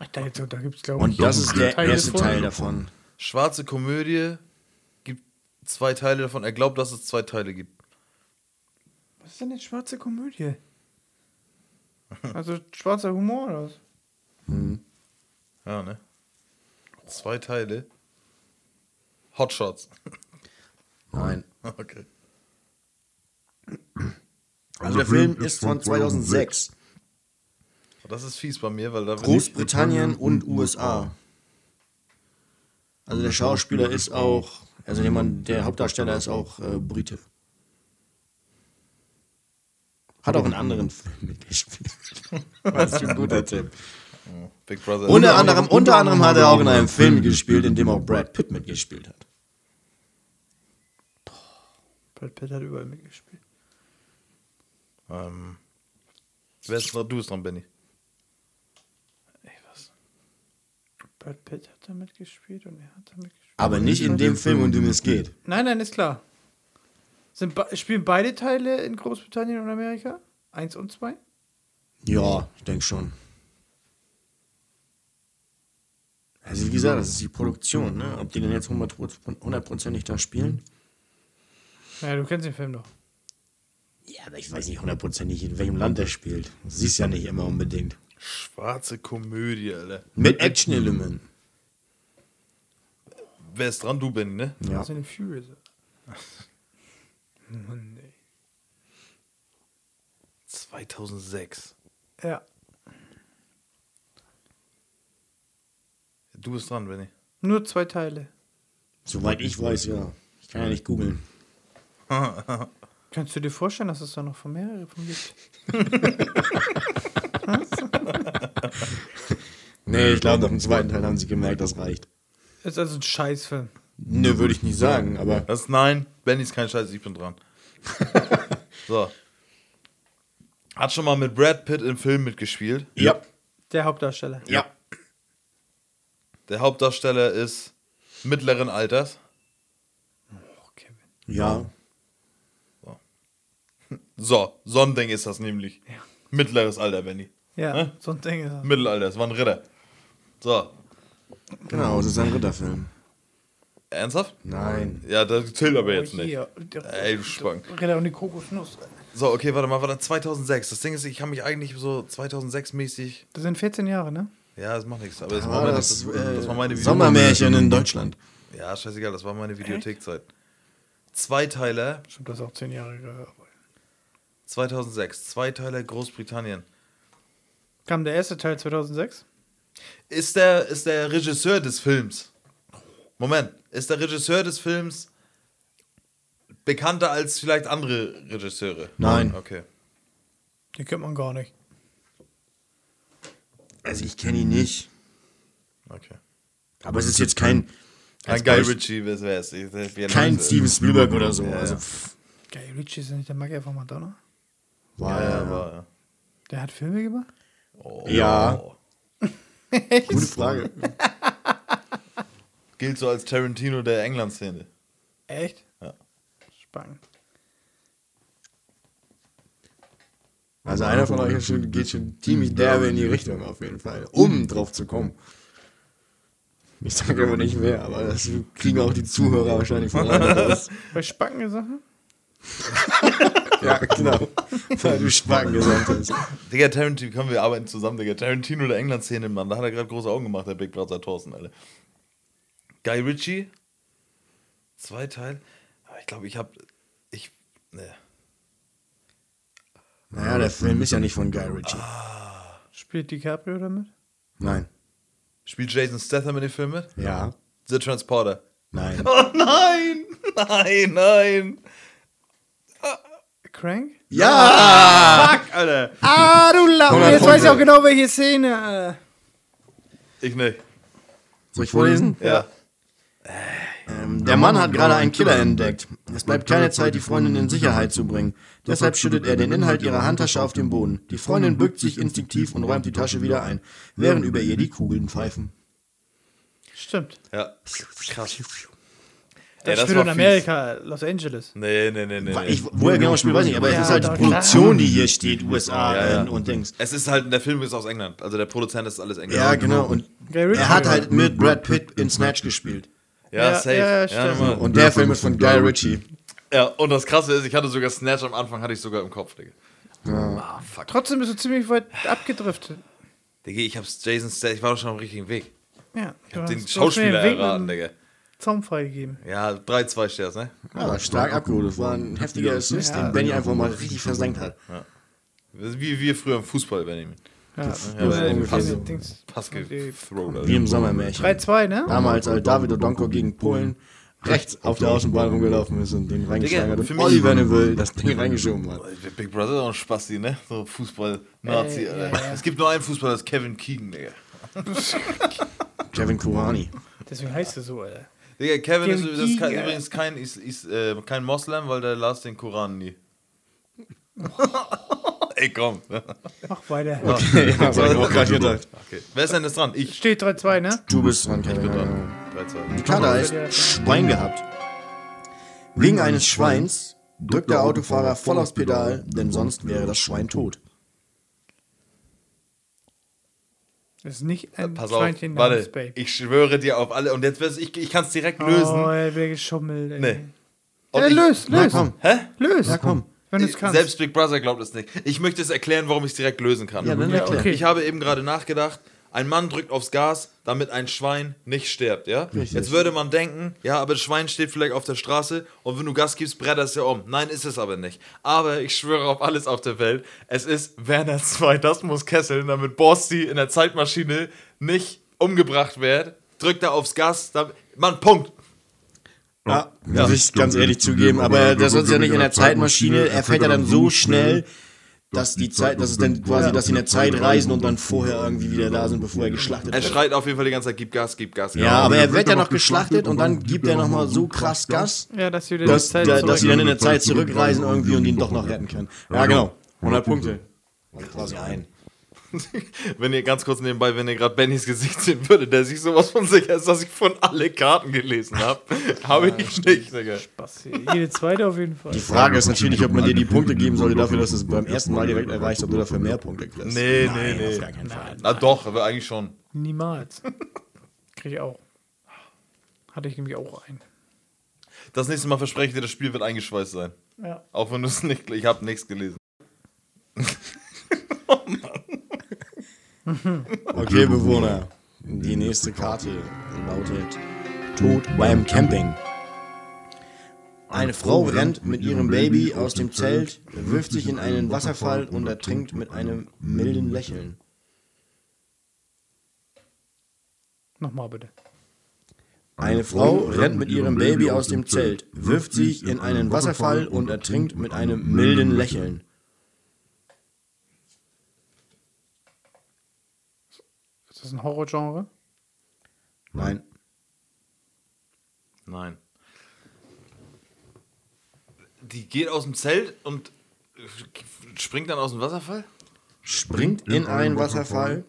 Speaker 2: Ach, da, jetzt- da gibt's, glaube ich.
Speaker 3: Und das ist der
Speaker 2: Teil
Speaker 3: erste
Speaker 2: davon.
Speaker 3: Teil davon.
Speaker 1: Schwarze Komödie gibt zwei Teile davon. Er glaubt, dass es zwei Teile gibt.
Speaker 2: Was ist denn eine schwarze Komödie? Also schwarzer Humor oder was?
Speaker 1: Ja, ne? Zwei Teile. Hot Shots.
Speaker 3: Nein.
Speaker 1: Okay.
Speaker 3: Also der Film ist von 2006.
Speaker 1: Das ist fies bei mir, weil da bin ich-
Speaker 3: Großbritannien und USA. Also der Schauspieler ist auch, also jemand, der Hauptdarsteller ist auch äh, Brite. Hat auch einen anderen Film mitgespielt. Was für ein guter Tipp.
Speaker 1: Big Brother. Genau.
Speaker 3: Unter anderem, unter anderem hat er auch in einem Film gespielt, in dem auch Brad Pitt mitgespielt hat.
Speaker 2: Brad Pitt hat überall mitgespielt.
Speaker 1: Ähm, wer ist dran? Du bist dran, Benny. Ey, was?
Speaker 2: Brad Pitt hat da mitgespielt und er hat da mitgespielt.
Speaker 3: Aber nicht in dem Film, um den es geht.
Speaker 2: Nein, nein, ist klar. Sind, be- spielen beide Teile in Großbritannien und Amerika? Eins und zwei?
Speaker 3: Ja, ich denke schon. Also wie gesagt, das ist die Produktion, ne? Ob die denn jetzt hundertprozentig da spielen?
Speaker 2: Ja, du kennst den Film doch.
Speaker 3: Ja, aber ich weiß nicht hundertprozentig, in welchem Land er spielt. Das siehst du ja nicht immer unbedingt.
Speaker 1: Schwarze Komödie, Alter.
Speaker 3: Mit Action-Elementen.
Speaker 1: Wer ist dran? Du, Benny, ne?
Speaker 3: Ja.
Speaker 2: Das ist eine Furious. Mann, ey.
Speaker 1: 2006.
Speaker 2: Ja.
Speaker 1: Du bist dran, Benny.
Speaker 2: Nur zwei Teile.
Speaker 3: Soweit ich weiß, ja. Ich kann ja nicht googeln.
Speaker 2: Kannst du dir vorstellen, dass es da noch von mehreren von gibt?
Speaker 3: Nee, ich glaube, nach dem zweiten Teil haben sie gemerkt, das reicht.
Speaker 2: Ist also ein Scheißfilm.
Speaker 3: Ne, würde ich nicht sagen, aber.
Speaker 1: Das ist nein. Benny ist kein Scheiß, ich bin dran. so. Hat schon mal mit Brad Pitt im Film mitgespielt.
Speaker 3: Ja,
Speaker 2: Der Hauptdarsteller.
Speaker 3: ja.
Speaker 1: Der Hauptdarsteller ist mittleren Alters.
Speaker 2: Oh, Kevin.
Speaker 3: Ja.
Speaker 1: So, so ein Ding ist das nämlich. Mittleres Alter, Benny.
Speaker 2: Ja,
Speaker 1: Hä?
Speaker 2: so ein Ding. Ja.
Speaker 1: Mittelalter, es war ein Ritter. So,
Speaker 3: Genau, es ist ein Ritterfilm.
Speaker 1: ernsthaft?
Speaker 3: Nein.
Speaker 1: Ja, das zählt aber jetzt
Speaker 2: Oh,
Speaker 1: nicht.
Speaker 2: hier. Der-
Speaker 1: Ey, du Schwank.
Speaker 2: Ritter und die Kokosnuss.
Speaker 1: So, okay, warte mal, war das 2006? Das Ding ist, ich habe mich eigentlich so 2006-mäßig.
Speaker 2: Das sind 14 Jahre, ne?
Speaker 1: Ja, das macht nichts. Aber das, war
Speaker 3: Ah,
Speaker 1: meine,
Speaker 3: das,
Speaker 1: das,
Speaker 3: äh,
Speaker 1: das war meine Video-
Speaker 3: Sommermärchen in Deutschland.
Speaker 1: Ja, scheißegal, das war meine Videothekzeit. Zweiteiler,
Speaker 2: Stimmt, das ist auch 10 Jahre. gearbeitet.
Speaker 1: 2006. Zweiteiler Großbritannien.
Speaker 2: Kam der erste Teil 2006?
Speaker 1: Ist der, ist der Regisseur des Films. Moment, ist der Regisseur des Films bekannter als vielleicht andere Regisseure?
Speaker 3: Nein.
Speaker 1: Okay.
Speaker 2: Den kennt man gar nicht.
Speaker 3: Also ich kenne ihn nicht.
Speaker 1: Okay.
Speaker 3: Aber es ist jetzt kein.
Speaker 1: Ein
Speaker 3: als
Speaker 1: Guy
Speaker 3: Beispiel-
Speaker 1: Ritchie, was wär's? Ich- das wär
Speaker 3: Kein
Speaker 1: leise.
Speaker 3: Steven Spielberg oder so.
Speaker 1: Ja,
Speaker 3: Also,
Speaker 1: ja.
Speaker 3: pff,
Speaker 2: Guy Ritchie ist ja nicht der Magier von Madonna.
Speaker 3: war
Speaker 1: Ja,
Speaker 3: ja,
Speaker 1: ja, war, ja.
Speaker 2: Der hat Filme gemacht?
Speaker 1: Oh.
Speaker 3: Ja. Gute Frage.
Speaker 1: Gilt so als Tarantino der England-Szene.
Speaker 2: Echt?
Speaker 1: Ja.
Speaker 2: Spannend.
Speaker 3: Also einer von euch ist schon, geht schon
Speaker 1: Mhm.
Speaker 3: ziemlich derbe in die Richtung auf jeden Fall, um drauf zu kommen. Ich sage aber nicht mehr, aber das kriegen auch die Zuhörer wahrscheinlich von alleine raus.
Speaker 2: Bei Spacken Sachen?
Speaker 3: Ja, genau. Weil du Spacken gesagt hast.
Speaker 1: Digga, Tarantino, können wir arbeiten zusammen, Digga. Tarantino der England-Szene, Mann. Da hat er gerade große Augen gemacht, der Big Brother Thorsten, Alter. Guy Ritchie, zwei Teil. Aber Ich glaube, ich habe. Ich. Ne.
Speaker 3: Naja, der Film ist ja nicht von Guy Ritchie.
Speaker 2: Spielt DiCaprio damit?
Speaker 3: Nein.
Speaker 1: Spielt Jason Statham in dem Film mit?
Speaker 3: Ja.
Speaker 1: The Transporter.
Speaker 3: Nein.
Speaker 1: Oh nein! Nein, nein!
Speaker 2: Crank?
Speaker 3: Ja!
Speaker 2: Fuck, Alter! Ah, du Lappen! Jetzt weiß ich auch genau, welche Szene. äh, Alter.
Speaker 1: Ich nicht.
Speaker 3: Soll ich vorlesen?
Speaker 1: Ja.
Speaker 3: Ähm, der Mann hat gerade einen Killer entdeckt. Es bleibt keine Zeit, die Freundin in Sicherheit zu bringen. Deshalb schüttet er den Inhalt ihrer Handtasche auf den Boden. Die Freundin bückt sich instinktiv und räumt die Tasche wieder ein, während über ihr die Kugeln pfeifen.
Speaker 2: Stimmt.
Speaker 1: Ja. Krass.
Speaker 2: Das,
Speaker 1: das
Speaker 2: spielt
Speaker 1: war
Speaker 2: in
Speaker 1: fies.
Speaker 2: Amerika, Los Angeles.
Speaker 1: Nee, nee, nee, nee. nee.
Speaker 3: Ich, woher genau das Spiel weiß ich nicht, aber es ist halt die
Speaker 2: doch,
Speaker 3: Produktion, die hier steht, USA
Speaker 1: ja.
Speaker 3: äh, und Dings.
Speaker 1: Es ist halt, der Film ist aus England. Also der Produzent ist alles England.
Speaker 3: Ja, genau. Und
Speaker 2: Guy Ritchie.
Speaker 3: er hat halt mit Brad Pitt in Snatch gespielt.
Speaker 1: Ja,
Speaker 2: Ja,
Speaker 1: safe.
Speaker 2: ja,
Speaker 1: Ja,
Speaker 2: stimmt.
Speaker 1: Mann.
Speaker 3: Und der Film ist von Guy Ritchie.
Speaker 1: ja, und das krasse ist, ich hatte sogar Snatch am Anfang, hatte ich sogar im Kopf, Digga. Ah, fuck.
Speaker 2: Trotzdem bist du ziemlich weit abgedriftet.
Speaker 1: Digga, ich hab's Jason Statham, ich war doch schon am richtigen Weg.
Speaker 2: Ja, ich
Speaker 1: Den Schauspieler erraten, Digga.
Speaker 2: Zaum freigegeben.
Speaker 1: Ja, 3-2 steht das, ne?
Speaker 3: Ja, war stark abgeholt. Das war ein heftiger Assist, den Benny einfach mal richtig versenkt hat.
Speaker 1: Das ist Also Wie wir früher im Fußball, Benjamin.
Speaker 2: Ja,
Speaker 1: aber
Speaker 2: ja,
Speaker 1: den Pass-
Speaker 2: Dings.
Speaker 1: Pass
Speaker 2: Die-
Speaker 1: gethrowt,
Speaker 3: Wie
Speaker 1: Alter.
Speaker 3: im Sommermärchen.
Speaker 2: 3-2, ne?
Speaker 3: Damals, als David Odonko gegen Polen rechts auf der Außenbahn rumgelaufen ist und den reingeschlagen hat.
Speaker 1: für
Speaker 3: Und
Speaker 1: mich-
Speaker 3: Oliver Neville das Ding reingeschoben hat.
Speaker 1: Big Brother ist auch ein Spasti, ne? So Fußball-Nazi,
Speaker 2: Ey,
Speaker 1: Alter.
Speaker 2: ja, ja.
Speaker 1: Es gibt nur einen Fußballer, das ist Kevin Keegan, Digga.
Speaker 3: Kevin Kurani.
Speaker 2: Deswegen heißt es so, Alter.
Speaker 1: Digga, Kevin ist,
Speaker 2: Kevin
Speaker 1: das ist kein,
Speaker 2: Keegan.
Speaker 1: übrigens kein, ist, ist, äh, kein Moslem, weil der las den Koran nie. Ey, komm.
Speaker 2: Mach weiter.
Speaker 3: ja, hab ich auch gerade gedacht.
Speaker 1: Okay. Wer ist denn jetzt dran? Ich.
Speaker 2: Steht 3-2, ne?
Speaker 3: Du bist dran, Kevin.
Speaker 1: bin dran.
Speaker 3: Ja.
Speaker 1: 3-2.
Speaker 3: Die Karte heißt Schwein gehabt. Wegen eines Schweins drückt der Autofahrer voll aufs Pedal, denn sonst wäre das Schwein tot.
Speaker 2: Das ist nicht ein
Speaker 1: Pass auf,
Speaker 2: Schweinchen namens
Speaker 1: warte.
Speaker 2: Babe.
Speaker 1: Ich schwöre dir auf alle. Und jetzt, weiß ich, ich kann es direkt
Speaker 2: Oh,
Speaker 1: lösen.
Speaker 2: er wäre geschummelt, ey.
Speaker 1: Nee.
Speaker 2: Ja,
Speaker 1: ich-
Speaker 2: lös,
Speaker 3: Na
Speaker 2: lös.
Speaker 3: komm.
Speaker 1: Hä?
Speaker 2: Lös.
Speaker 3: Na komm.
Speaker 2: Wenn du es kannst.
Speaker 1: Äh, Selbst Big Brother glaubt es nicht. Ich möchte es erklären, warum ich es direkt lösen kann.
Speaker 3: Ja, dann
Speaker 2: Mhm. Ja,
Speaker 3: erklär.
Speaker 2: okay.
Speaker 1: Ich habe eben gerade nachgedacht, ein Mann drückt aufs Gas, damit ein Schwein nicht stirbt, ja?
Speaker 3: Richtig.
Speaker 1: Jetzt würde man denken, ja, aber das Schwein steht vielleicht auf der Straße und wenn du Gas gibst, brettert es ja um. Nein, ist es aber nicht. Aber ich schwöre auf alles auf der Welt, es ist Werner 2, das muss kesseln, damit Borsti in der Zeitmaschine nicht umgebracht wird. Drückt er aufs Gas, damit, Mann, Punkt.
Speaker 3: Ja, muss ich ganz ehrlich zugeben, aber das ist ja nicht in der Zeitmaschine. Er fährt ja dann so schnell, dass die Zeit, dass es dann quasi, dass sie in der Zeit reisen und dann vorher irgendwie wieder da sind, bevor er geschlachtet
Speaker 1: Er
Speaker 3: wird.
Speaker 1: schreit auf jeden Fall die ganze Zeit, gib Gas, gib Gas. gib
Speaker 3: Ja,
Speaker 1: Gas.
Speaker 3: aber er wird ja noch geschlachtet und dann gibt er nochmal so krass Gas,
Speaker 2: Ja, dass wir die
Speaker 3: dass,
Speaker 2: Zeit
Speaker 3: da, dass sie
Speaker 2: zurück-
Speaker 3: dann in der Zeit zurückreisen irgendwie und ihn doch noch retten können. Ja, genau. 100 Punkte. Also quasi ein.
Speaker 1: Wenn ihr ganz kurz nebenbei, wenn ihr gerade Bennys Gesicht sehen würdet, der sich sowas von sicher ist, dass ich von alle Karten gelesen habe, habe ich nicht, Digga.
Speaker 2: Spaß hier. Jede zweite auf jeden Fall.
Speaker 3: Die Frage ist natürlich, ob man dir die Punkte geben sollte dafür, dass du es beim ersten Mal direkt erreichst, ob du dafür mehr Punkte kriegst.
Speaker 1: Nee, nee, nee.
Speaker 3: Gar keinen Fall.
Speaker 1: Na doch, aber eigentlich schon.
Speaker 2: Niemals. Krieg ich auch. Hatte ich nämlich auch einen.
Speaker 1: Das nächste Mal verspreche ich dir, das Spiel wird eingeschweißt sein.
Speaker 2: Ja.
Speaker 1: Auch wenn du es nicht, ich habe nichts gelesen.
Speaker 3: Okay, Bewohner. Die nächste Karte lautet Tod beim Camping. Eine Frau rennt mit ihrem Baby aus dem Zelt, wirft sich in einen Wasserfall und ertrinkt mit einem milden Lächeln.
Speaker 2: Nochmal bitte.
Speaker 3: Eine Frau rennt mit ihrem Baby aus dem Zelt, wirft sich in einen Wasserfall und ertrinkt mit einem milden Lächeln.
Speaker 2: Ist das ein Horrorgenre?
Speaker 3: Nein.
Speaker 1: Nein. Die geht aus dem Zelt und springt dann aus dem Wasserfall?
Speaker 3: springt in einen Wasserfall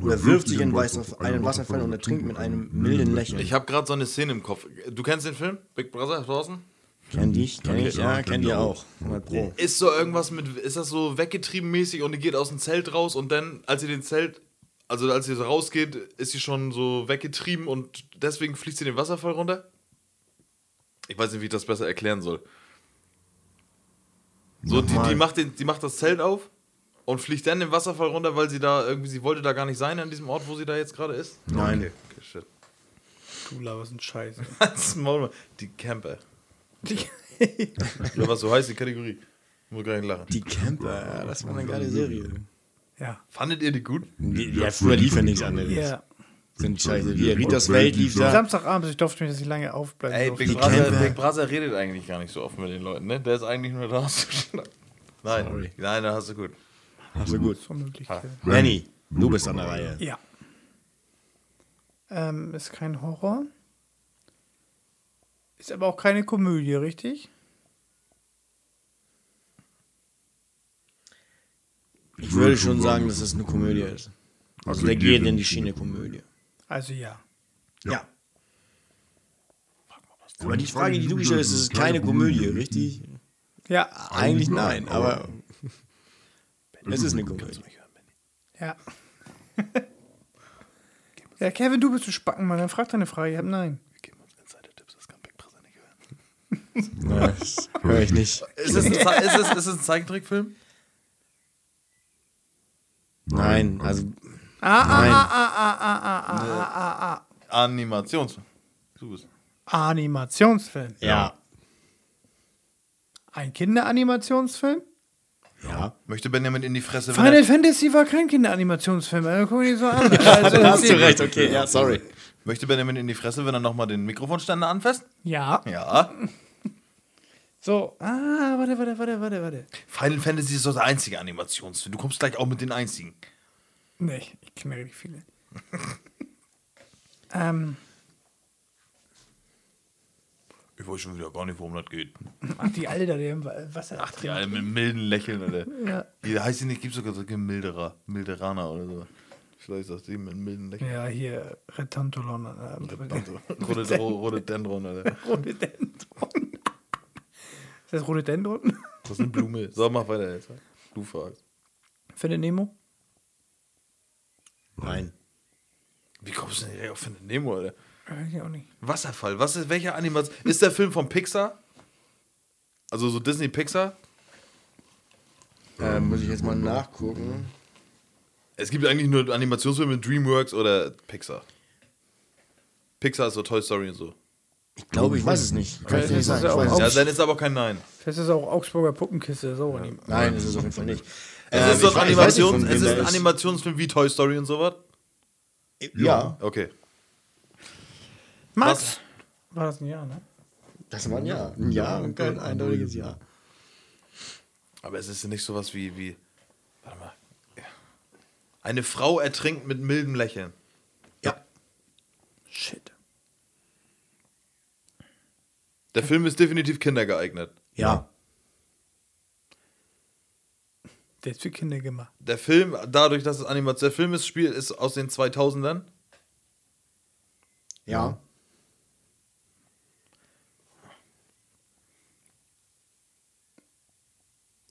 Speaker 3: oder wirft sich in Wasserf- einen Wasserfall und ertrinkt mit einem milden Lächeln.
Speaker 1: Ich habe gerade so eine Szene im Kopf. Du kennst den Film? Big Brother draußen?
Speaker 3: Kenn dich, kenn ich, ja, kenn die auch. 100 Pro.
Speaker 1: Ist so irgendwas mit, ist das so weggetrieben mäßig und die geht aus dem Zelt raus und dann, als sie den Zelt, also als sie so rausgeht, ist sie schon so weggetrieben und deswegen fliegt sie den Wasserfall runter? Ich weiß nicht, wie ich das besser erklären soll. So, die, die, macht den, die macht das Zelt auf und fliegt dann den Wasserfall runter, weil sie da irgendwie, sie wollte da gar nicht sein an diesem Ort, wo sie da jetzt gerade ist?
Speaker 3: Nein.
Speaker 1: Okay, okay shit.
Speaker 2: Du laberst ein Scheiße.
Speaker 1: Halt's Maul, Mann. Die Camper. Ja, was so heißt die Kategorie. Muss gar nicht lachen.
Speaker 3: Die Camper, ja, das war eine geile Serie.
Speaker 2: ja.
Speaker 1: Fandet ihr die gut?
Speaker 3: Ja, früher lief ja nichts anderes.
Speaker 2: Ja.
Speaker 3: Sind scheiße. Wie Ritas Welt lief da.
Speaker 2: Samstagabend, ich durfte mich, dass ich lange aufbleiben
Speaker 1: Ey,
Speaker 2: durfte.
Speaker 1: Big
Speaker 3: Die
Speaker 1: Brother,
Speaker 3: Camper.
Speaker 1: Big Brother redet eigentlich gar nicht so offen mit den Leuten, ne? Der ist eigentlich nur da. um zu schnacken. Nein,
Speaker 3: Sorry.
Speaker 1: nein, da hast du gut.
Speaker 3: Ach so gut.
Speaker 2: So möglich. ja.
Speaker 3: Lenny, du bist an der Reihe.
Speaker 2: Ja. Ähm, ist kein Horror. Ist aber auch keine Komödie, richtig?
Speaker 3: Ich würde schon sagen, dass es eine Komödie ist. Also der geht in die Schiene Komödie.
Speaker 2: Also ja.
Speaker 3: Ja. Aber die Frage, die du gestellt hast, ist keine Komödie, richtig?
Speaker 2: Ja.
Speaker 3: Eigentlich nein, aber es ist eine Komödie.
Speaker 2: Ja. ja, Kevin, du bist ein Spackenmann. Dann frag deine Frage. Ich hab nein.
Speaker 3: Nein, das höre ich nicht.
Speaker 1: Ist es ein, Ze- ist es, ist es ein Zeichentrickfilm?
Speaker 3: Nein, also
Speaker 2: Ah,
Speaker 3: Nein.
Speaker 2: ah, ah, ah, ah, ah, ah, ah, ah, ah.
Speaker 1: Animationsfilm. Du bist.
Speaker 2: Animationsfilm.
Speaker 3: ja.
Speaker 2: Ein Kinderanimationsfilm?
Speaker 3: Ja.
Speaker 1: Möchte Benjamin in die Fresse wenn
Speaker 2: Final
Speaker 1: er,
Speaker 2: Fantasy war kein Kinderanimationsfilm. Also, guck dir so an. Also,
Speaker 3: Da hast du recht, okay, ja, sorry.
Speaker 1: Möchte Benjamin in die Fresse, wenn er nochmal den Mikrofonständer anfasst?
Speaker 2: ja.
Speaker 1: Ja.
Speaker 2: So. Ah, warte, warte, warte, warte, warte.
Speaker 1: Final Fantasy ist doch der einzige Animationsfilm. Du kommst gleich auch mit den einzigen.
Speaker 2: Nee, ich kenne richtig viele. ähm,
Speaker 1: Ich weiß schon wieder gar nicht, worum das geht.
Speaker 2: ach, die alte da, die im Wa- Wasser.
Speaker 1: Ach, die alle mit milden Lächeln, Alter.
Speaker 2: Ja.
Speaker 1: Wie heißt die nicht? Gibt es sogar so Milderer, Milderaner oder so. Vielleicht ist das die mit milden Lächeln.
Speaker 2: Ja, hier, Retantolon. äh,
Speaker 1: Also, Rhodo- Rhododendron, Alter.
Speaker 2: Rhododendron. Ist das Rhododendron?
Speaker 1: Das ist eine Blume. So, mach weiter jetzt. Du fragst.
Speaker 2: Findet Nemo?
Speaker 3: Nein.
Speaker 1: Wie kommst du denn direkt auf Findet Nemo, Alter?
Speaker 2: Weiß ich auch nicht.
Speaker 1: Wasserfall. Was ist, welcher Animation? Ist der Film von Pixar? Also so Disney Pixar?
Speaker 3: Ähm, muss ich jetzt mal nachgucken.
Speaker 1: Es gibt eigentlich nur Animationsfilme mit DreamWorks oder Pixar. Pixar ist so Toy Story und so.
Speaker 3: Ich glaube, ich weiß es nicht. Kann ich dir nicht sagen. Ich weiß es
Speaker 1: Ja,
Speaker 3: nicht.
Speaker 1: dann ist aber kein Nein.
Speaker 2: Das ist auch Augsburger Puppenkiste, das ist auch Anime.
Speaker 3: Nein, es ist auf jeden Fall nicht.
Speaker 1: Es
Speaker 3: Ähm,
Speaker 1: ist doch
Speaker 3: ich weiß- ich weiß
Speaker 1: Animation,
Speaker 3: nicht, von
Speaker 1: es
Speaker 3: wem
Speaker 1: ist ein
Speaker 3: der
Speaker 1: Animationsfilm wie Toy Story und sowas.
Speaker 3: Ja,
Speaker 1: Okay.
Speaker 2: Max! War das ein Jahr, ne?
Speaker 3: das war ein Ja. Ein Ja und kein eindeutiges Ja.
Speaker 1: Aber es ist nicht sowas wie, wie. Warte mal. Ja. Eine Frau ertrinkt mit mildem Lächeln.
Speaker 3: Ja.
Speaker 2: Shit.
Speaker 1: Der Film ist definitiv kindergeeignet.
Speaker 3: Ja.
Speaker 2: Der ist für Kinder gemacht.
Speaker 1: Der Film, dadurch, dass es Animation, der Film ist, Spiel ist aus den 2000ern.
Speaker 3: Ja.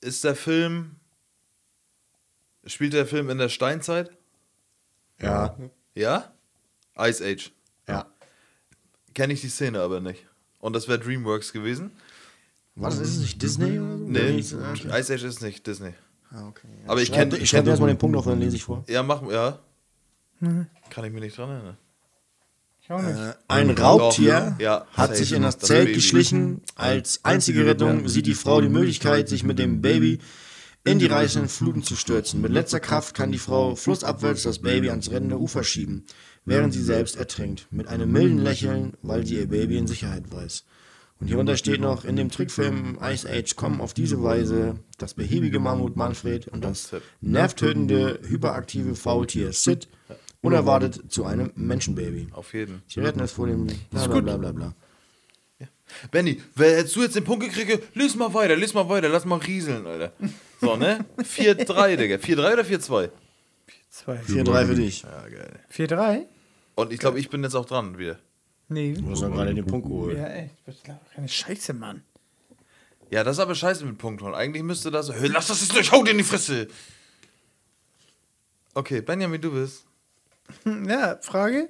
Speaker 1: Ist der Film, spielt der Film in der Steinzeit?
Speaker 3: Ja.
Speaker 1: Ja? Ice Age.
Speaker 3: Ja.
Speaker 1: Kenne ich die Szene aber nicht. Und das wäre DreamWorks gewesen?
Speaker 3: Was ist es nicht Disney oder so?
Speaker 1: Nee,
Speaker 3: Ist- ah,
Speaker 1: Ice Age ist nicht Disney.
Speaker 3: okay.
Speaker 1: Aber ich
Speaker 3: Schreib-
Speaker 1: kenne.
Speaker 3: Ich schreibe dir erstmal den Punkt auf, dann lese ich vor.
Speaker 1: Ja, mach. Ja. Kann ich mir nicht dran erinnern.
Speaker 2: Ich auch nicht.
Speaker 3: Äh, Ein Raubtier
Speaker 1: Doch, ja.
Speaker 3: hat
Speaker 1: Safe.
Speaker 3: sich in das
Speaker 1: Das
Speaker 3: Zelt
Speaker 1: Baby.
Speaker 3: geschlichen. Als einzige Rettung sieht die Frau die Möglichkeit, sich mit dem Baby in die reißenden Fluten zu stürzen. Mit letzter Kraft kann die Frau flussabwärts das Baby ans rennende Ufer schieben, während sie selbst ertrinkt. Mit einem milden Lächeln, weil sie ihr Baby in Sicherheit weiß. Und hierunter steht noch, in dem Trickfilm Ice Age kommen auf diese Weise das behäbige Mammut Manfred und das nervtötende, hyperaktive Faultier Sid unerwartet zu einem Menschenbaby.
Speaker 1: Auf jeden.
Speaker 3: Sie retten es vor dem. Bla, bla, bla, bla, bla.
Speaker 1: Benny, wer- hättest du jetzt den Punkt gekriegt? Lies mal weiter, lies mal weiter, lass mal rieseln, Alter. So, ne? 4-3, Digga. 4-3 oder 4-2?
Speaker 2: 2.
Speaker 3: 4-3 für dich.
Speaker 1: Ja, geil.
Speaker 2: 4-3?
Speaker 1: Und ich glaube, ich bin jetzt auch dran wieder.
Speaker 2: Nee.
Speaker 3: Du hast ja gerade den Punkt geholt.
Speaker 2: Ja, echt. Das ist doch keine Scheiße, Mann.
Speaker 1: Ja, das ist aber scheiße mit Punkt holen. Eigentlich müsste das. Hey, lass das jetzt durch, hau dir in die Fresse! Okay, Benjamin, du bist.
Speaker 2: Hm, Ja, Frage?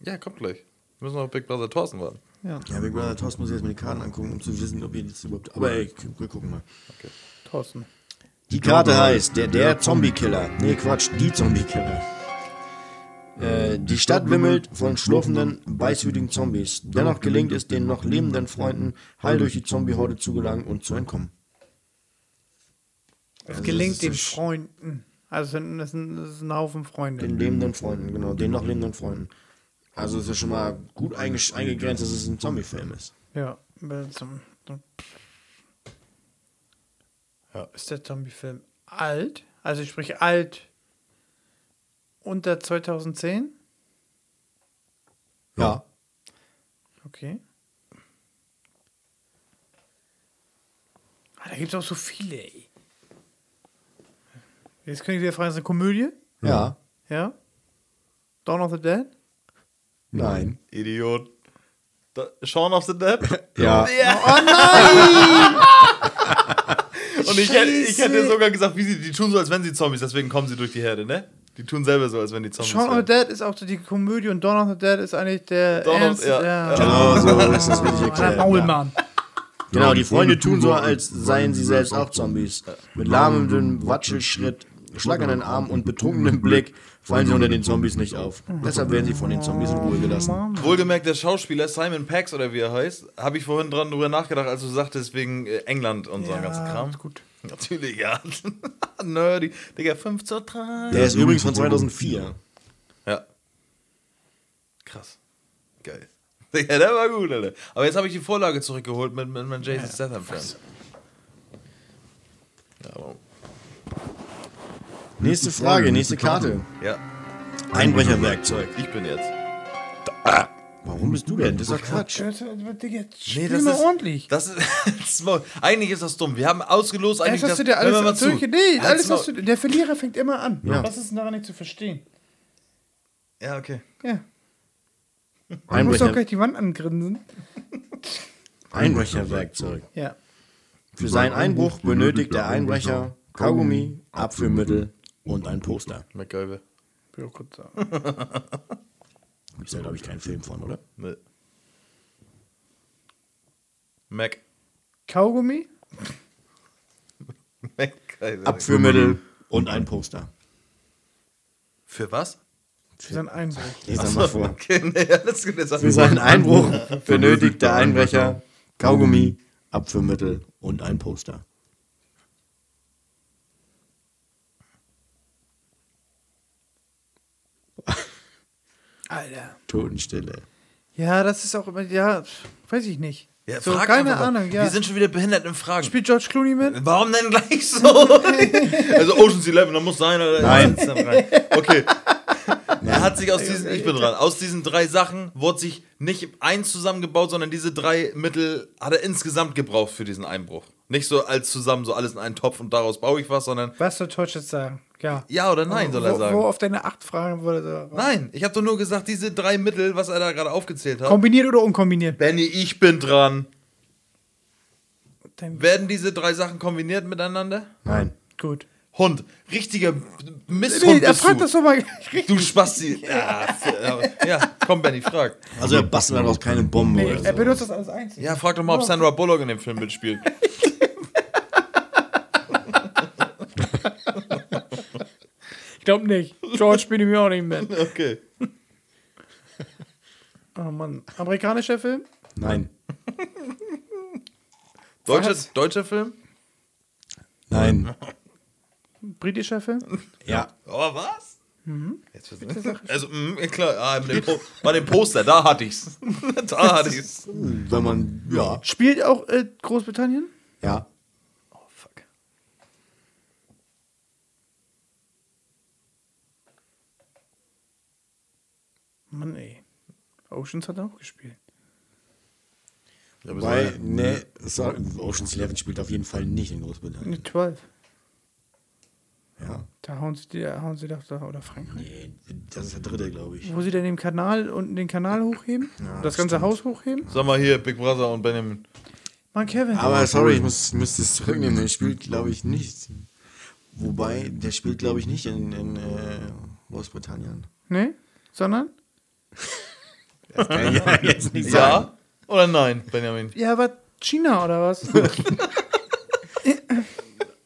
Speaker 1: Ja, kommt gleich. Wir müssen auf Big Brother Thorsten warten.
Speaker 2: Ja,
Speaker 3: Ja, Big Brother Toss muss ich jetzt mal die Karten angucken, um zu wissen, ob ihr das überhaupt. Aber ey, wir gucken mal.
Speaker 2: Thorsten.
Speaker 3: Die Karte heißt der, der Zombie-Killer. Nee, Quatsch, die Zombie-Killer. Äh, die Stadt wimmelt von schlurfenden, beißwütigen Zombies. Dennoch gelingt es den noch lebenden Freunden, heil durch die Zombie-Horde zu gelangen und zu entkommen.
Speaker 2: Es
Speaker 3: Also,
Speaker 2: gelingt
Speaker 3: das ist
Speaker 2: den
Speaker 3: so sch-
Speaker 2: Freunden. Also, das sind- das sind, das ist ein Haufen Freunde.
Speaker 3: Den lebenden Freunden, genau, den noch lebenden Freunden. Also es ist schon mal gut eingesch- eingegrenzt, dass es ein Zombie-Film ist.
Speaker 2: Ja. aber zum- zum- Ist der Zombie-Film alt? Also, ich spreche alt. Unter 2010?
Speaker 3: Ja.
Speaker 2: Okay. Ah, da gibt es auch so viele, ey. Jetzt könnte ich wieder fragen, ist es eine Komödie?
Speaker 3: Ja.
Speaker 2: Ja? Dawn of the Dead?
Speaker 3: Nein.
Speaker 1: Idiot. Da, Shaun of the Dead?
Speaker 3: Ja.
Speaker 1: Und ich hätte, ich hätte sogar gesagt, wie sie, die tun so, als wären sie Zombies, deswegen kommen sie durch die Herde, ne? Die tun selber so, als wären die Zombies.
Speaker 2: Shaun of the
Speaker 1: wären.
Speaker 2: Dead ist auch so die Komödie und Dawn of the Dead ist eigentlich der
Speaker 1: Dawn of-
Speaker 2: Ernst.
Speaker 1: ja,
Speaker 2: ja.
Speaker 3: Genau so ist das
Speaker 2: Ah,
Speaker 3: richtig
Speaker 2: der
Speaker 3: erklärt. Ja.
Speaker 2: Maulmann.
Speaker 3: Genau, die Freunde tun so, als seien sie selbst auch Zombies. Mit lahmendem Watschelschritt, schlackernden Armen und betrunkenem Blick fallen sie unter den Zombies nicht auf. Deshalb werden sie von den Zombies in Ruhe gelassen.
Speaker 1: Wohlgemerkt, der Schauspieler Simon Pax oder wie er heißt, habe ich vorhin dran drüber nachgedacht, als du sagtest, wegen äh, England und so einem ganzen Kram.
Speaker 2: ist gut.
Speaker 1: Natürlich, ja. Nerdy. Digga, 5 zu 3.
Speaker 3: Der ist übrigens von 2004.
Speaker 1: Ja. Krass. Geil. Digga, der war gut, Alter. Aber jetzt habe ich die Vorlage zurückgeholt mit, mit meinem Jason Statham-Film. Ja, aber-
Speaker 3: Nächste Frage, nächste Karte.
Speaker 1: ja,
Speaker 3: Einbrecherwerkzeug.
Speaker 1: ich bin jetzt.
Speaker 3: Warum bist du denn? Das ist doch Quatsch.
Speaker 2: Digga,
Speaker 1: Nee,
Speaker 2: spiel
Speaker 1: das
Speaker 2: mal
Speaker 1: ist
Speaker 2: ordentlich.
Speaker 1: Das ist, das ist mal- eigentlich ist das dumm. Wir haben ausgelost eigentlich
Speaker 2: Erst
Speaker 1: das.
Speaker 2: hast du dir
Speaker 1: Hör
Speaker 2: alles
Speaker 1: mir mal zu.
Speaker 2: durch. Nee,
Speaker 1: Halt's
Speaker 2: alles
Speaker 1: Maul.
Speaker 2: hast du, der Verlierer fängt immer an.
Speaker 3: Ja.
Speaker 2: Was ist denn daran nicht zu verstehen?
Speaker 1: Ja, okay.
Speaker 2: Ja. Du musst doch
Speaker 3: Einbrecher,
Speaker 2: gleich die Wand angrinsen.
Speaker 3: Einbrecherwerkzeug.
Speaker 2: Ja.
Speaker 3: Für seinen Einbruch benötigt der Einbrecher Kaugummi, Abführmittel und ein Poster.
Speaker 1: MacGyver.
Speaker 2: Ja, kurz sagen.
Speaker 3: Gibt's da, glaube ich, keinen Film von, oder?
Speaker 1: Nee. Mac.
Speaker 2: Kaugummi?
Speaker 1: MacGyver.
Speaker 3: Abführmittel und ein Poster.
Speaker 1: Für was?
Speaker 2: Für seinen Einbruch.
Speaker 3: Lies das mal vor.
Speaker 1: Okay, nee, alles gut. jetzt sag
Speaker 3: Für
Speaker 1: ich-
Speaker 3: seinen Einbruch benötigt der Einbrecher Kaugummi, Abführmittel und ein Poster.
Speaker 2: Alter.
Speaker 3: Totenstille.
Speaker 2: Ja, das ist auch immer, ja, weiß ich nicht.
Speaker 1: Ja,
Speaker 2: so,
Speaker 1: frag
Speaker 2: keine
Speaker 1: einfach mal.
Speaker 2: Ahnung, ja.
Speaker 1: Wir sind schon wieder behindert im Fragen.
Speaker 2: Spielt George Clooney mit?
Speaker 1: Warum denn gleich so? also Ocean's Eleven, da muss sein. Oder?
Speaker 3: Nein.
Speaker 1: Okay. Er hat sich aus diesen, ich bin dran, aus diesen drei Sachen wurde sich nicht eins zusammengebaut, sondern diese drei Mittel hat er insgesamt gebraucht für diesen Einbruch. Nicht so als zusammen, so alles in einen Topf und daraus baue ich was, sondern
Speaker 2: Was soll Torch jetzt sagen? Ja.
Speaker 1: ja oder nein soll er
Speaker 2: wo, wo
Speaker 1: sagen.
Speaker 2: auf deine acht Fragen wurde da
Speaker 1: Nein, ich habe doch nur gesagt, diese drei Mittel, was er da gerade aufgezählt hat.
Speaker 2: Kombiniert oder unkombiniert?
Speaker 1: Benny, ich bin dran.
Speaker 2: Dein
Speaker 1: Werden diese drei Sachen kombiniert miteinander?
Speaker 3: Nein.
Speaker 2: Gut.
Speaker 1: Hund, richtiger
Speaker 2: Nee,
Speaker 1: Misthund
Speaker 2: er
Speaker 1: bist du.
Speaker 2: fragt das doch mal.
Speaker 1: Du Spasti. Ja, f- ja, komm, Benny, frag.
Speaker 3: Also er bastelt daraus keine Bombe
Speaker 2: Nee,
Speaker 3: oder
Speaker 2: er
Speaker 3: so.
Speaker 2: benutzt das alles einzeln.
Speaker 1: Ja, frag doch mal, ob Sandra Bullock in dem Film mitspielt.
Speaker 2: Ich glaube nicht. George spielt ihm ja auch nicht mit.
Speaker 1: Okay.
Speaker 2: Oh Mann. Amerikanischer Film?
Speaker 3: Nein.
Speaker 1: Deutscher, deutscher Film?
Speaker 3: Nein.
Speaker 2: Britischer Film?
Speaker 3: Ja.
Speaker 1: Oh, was?
Speaker 2: Mhm.
Speaker 1: Jetzt wird's- also, mm, ja, klar, ah, bei, dem Po- bei dem Poster, da hatte ich's. da hatte ich's.
Speaker 3: Wenn man. Ja.
Speaker 2: Spielt auch äh, Großbritannien?
Speaker 3: Ja.
Speaker 1: Oh, fuck.
Speaker 2: Mann, ey. Oceans hat er auch gespielt.
Speaker 1: Ja,
Speaker 3: Weil, ne, sorry, Ocean's Eleven spielt auf jeden Fall nicht in Großbritannien.
Speaker 2: Nee, 12. Da hauen sie, da hauen sie doch da, oder Frankreich.
Speaker 3: Nee, das ist der dritte, glaube ich.
Speaker 2: Wo sie dann den Kanal, unten den Kanal hochheben, das ganze Haus hochheben.
Speaker 1: Sag mal hier, Big Brother und Benjamin.
Speaker 2: Mann, Kevin.
Speaker 3: Aber sorry, ich muss, müsste es zurücknehmen. Der spielt, glaube ich, nicht. Wobei, der spielt, glaube ich, nicht in, in äh, Großbritannien.
Speaker 2: ne? Sondern?
Speaker 3: Das kann ich ja jetzt nicht sagen.
Speaker 1: Ja oder nein, Benjamin?
Speaker 2: Ja, aber China oder was?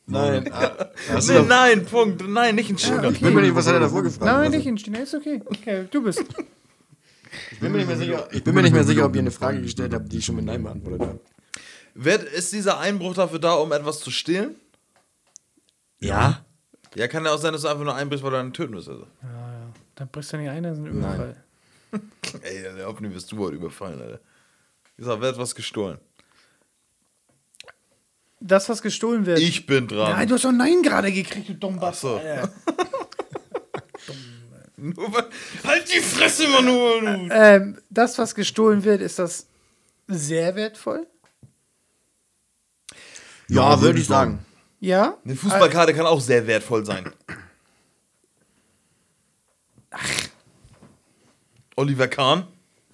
Speaker 3: Nein. ah, hast du
Speaker 1: Nee,
Speaker 3: doch-
Speaker 1: nein, Punkt. Nein, nicht in China.
Speaker 3: Ich bin mir nicht, was hat er davor gefragt?
Speaker 2: Nein,
Speaker 3: Also,
Speaker 2: nicht in China, ist okay. Okay, du bist.
Speaker 3: Ich bin mir nicht mehr sicher, ich bin mir nicht mehr sicher ob ihr eine Frage gestellt habt, die ich schon mit Nein beantwortet habe.
Speaker 1: Wer, ist dieser Einbruch dafür da, um etwas zu stehlen?
Speaker 3: Ja?
Speaker 1: Ja, kann ja auch sein, dass du einfach nur einbrichst, weil du einen töten willst. Also.
Speaker 2: Ja, ja. Dann brichst du nicht ein, das ist ein Überfall.
Speaker 1: Ey, der Hoffnung wirst du heute überfallen, Alter. Wie gesagt, wer hat was gestohlen?
Speaker 2: Das, was gestohlen wird.
Speaker 1: Ich bin dran.
Speaker 2: Nein, du hast doch Nein gerade gekriegt, du Dummbast.
Speaker 1: so. Nur weil- halt die Fresse, Manuel! du-
Speaker 2: Ähm, das, was gestohlen wird, ist das sehr wertvoll?
Speaker 3: Ja, würde ich sagen.
Speaker 2: Ja?
Speaker 1: Eine Fußballkarte kann auch sehr wertvoll sein. Oliver Kahn?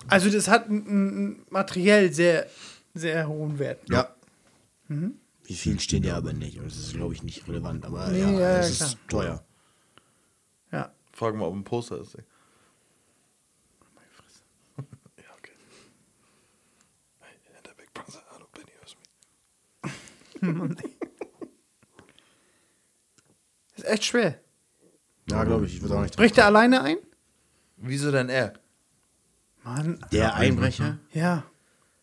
Speaker 2: Also das hat einen- einen materiell sehr, sehr hohen Wert.
Speaker 3: Ja. Wie viel steht ja aber nicht? Also, Das ist, glaube ich, nicht relevant, aber
Speaker 2: Mhm. Nee,
Speaker 3: ja,
Speaker 2: ja,
Speaker 3: es
Speaker 2: ja,
Speaker 3: ist
Speaker 2: klar.
Speaker 3: teuer.
Speaker 2: Ja.
Speaker 1: Frag mal, ob ein Poster ist. Ey. Ja, okay. Hey, der Big Brother, hallo Benny, hörst du mich?
Speaker 2: Ist echt schwer.
Speaker 3: Ja, glaube ich, ich würde auch nicht.
Speaker 2: Bricht er alleine ein?
Speaker 1: Wieso denn er?
Speaker 2: Mann,
Speaker 3: Der Einbrecher?
Speaker 2: ja.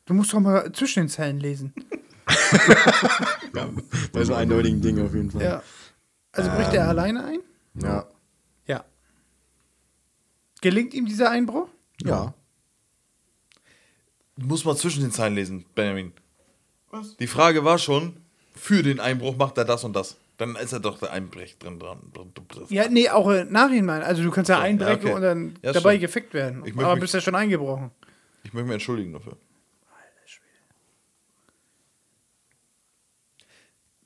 Speaker 2: Du musst doch mal zwischen den Zeilen lesen.
Speaker 3: Ja, bei so eindeutigen Dingen auf jeden Fall.
Speaker 2: Ja. Also bricht er alleine ein?
Speaker 3: Ja.
Speaker 2: Ja. Gelingt ihm dieser Einbruch?
Speaker 3: Ja.
Speaker 1: Muss man zwischen den Zeilen lesen, Benjamin. Was? Die Frage war schon, für den Einbruch macht er das und das. Dann ist er doch der Einbrech drin dran. drin- drin- drin.
Speaker 2: Ja, nee, auch äh, nachhinein. Also du kannst ja einbrechen
Speaker 1: okay.
Speaker 2: und dann
Speaker 1: Ja,
Speaker 2: dabei
Speaker 1: stimmt.
Speaker 2: gefickt werden.
Speaker 1: Ich möchte
Speaker 2: Aber
Speaker 1: mich-
Speaker 2: bist ja schon eingebrochen.
Speaker 1: Ich möchte mich entschuldigen dafür.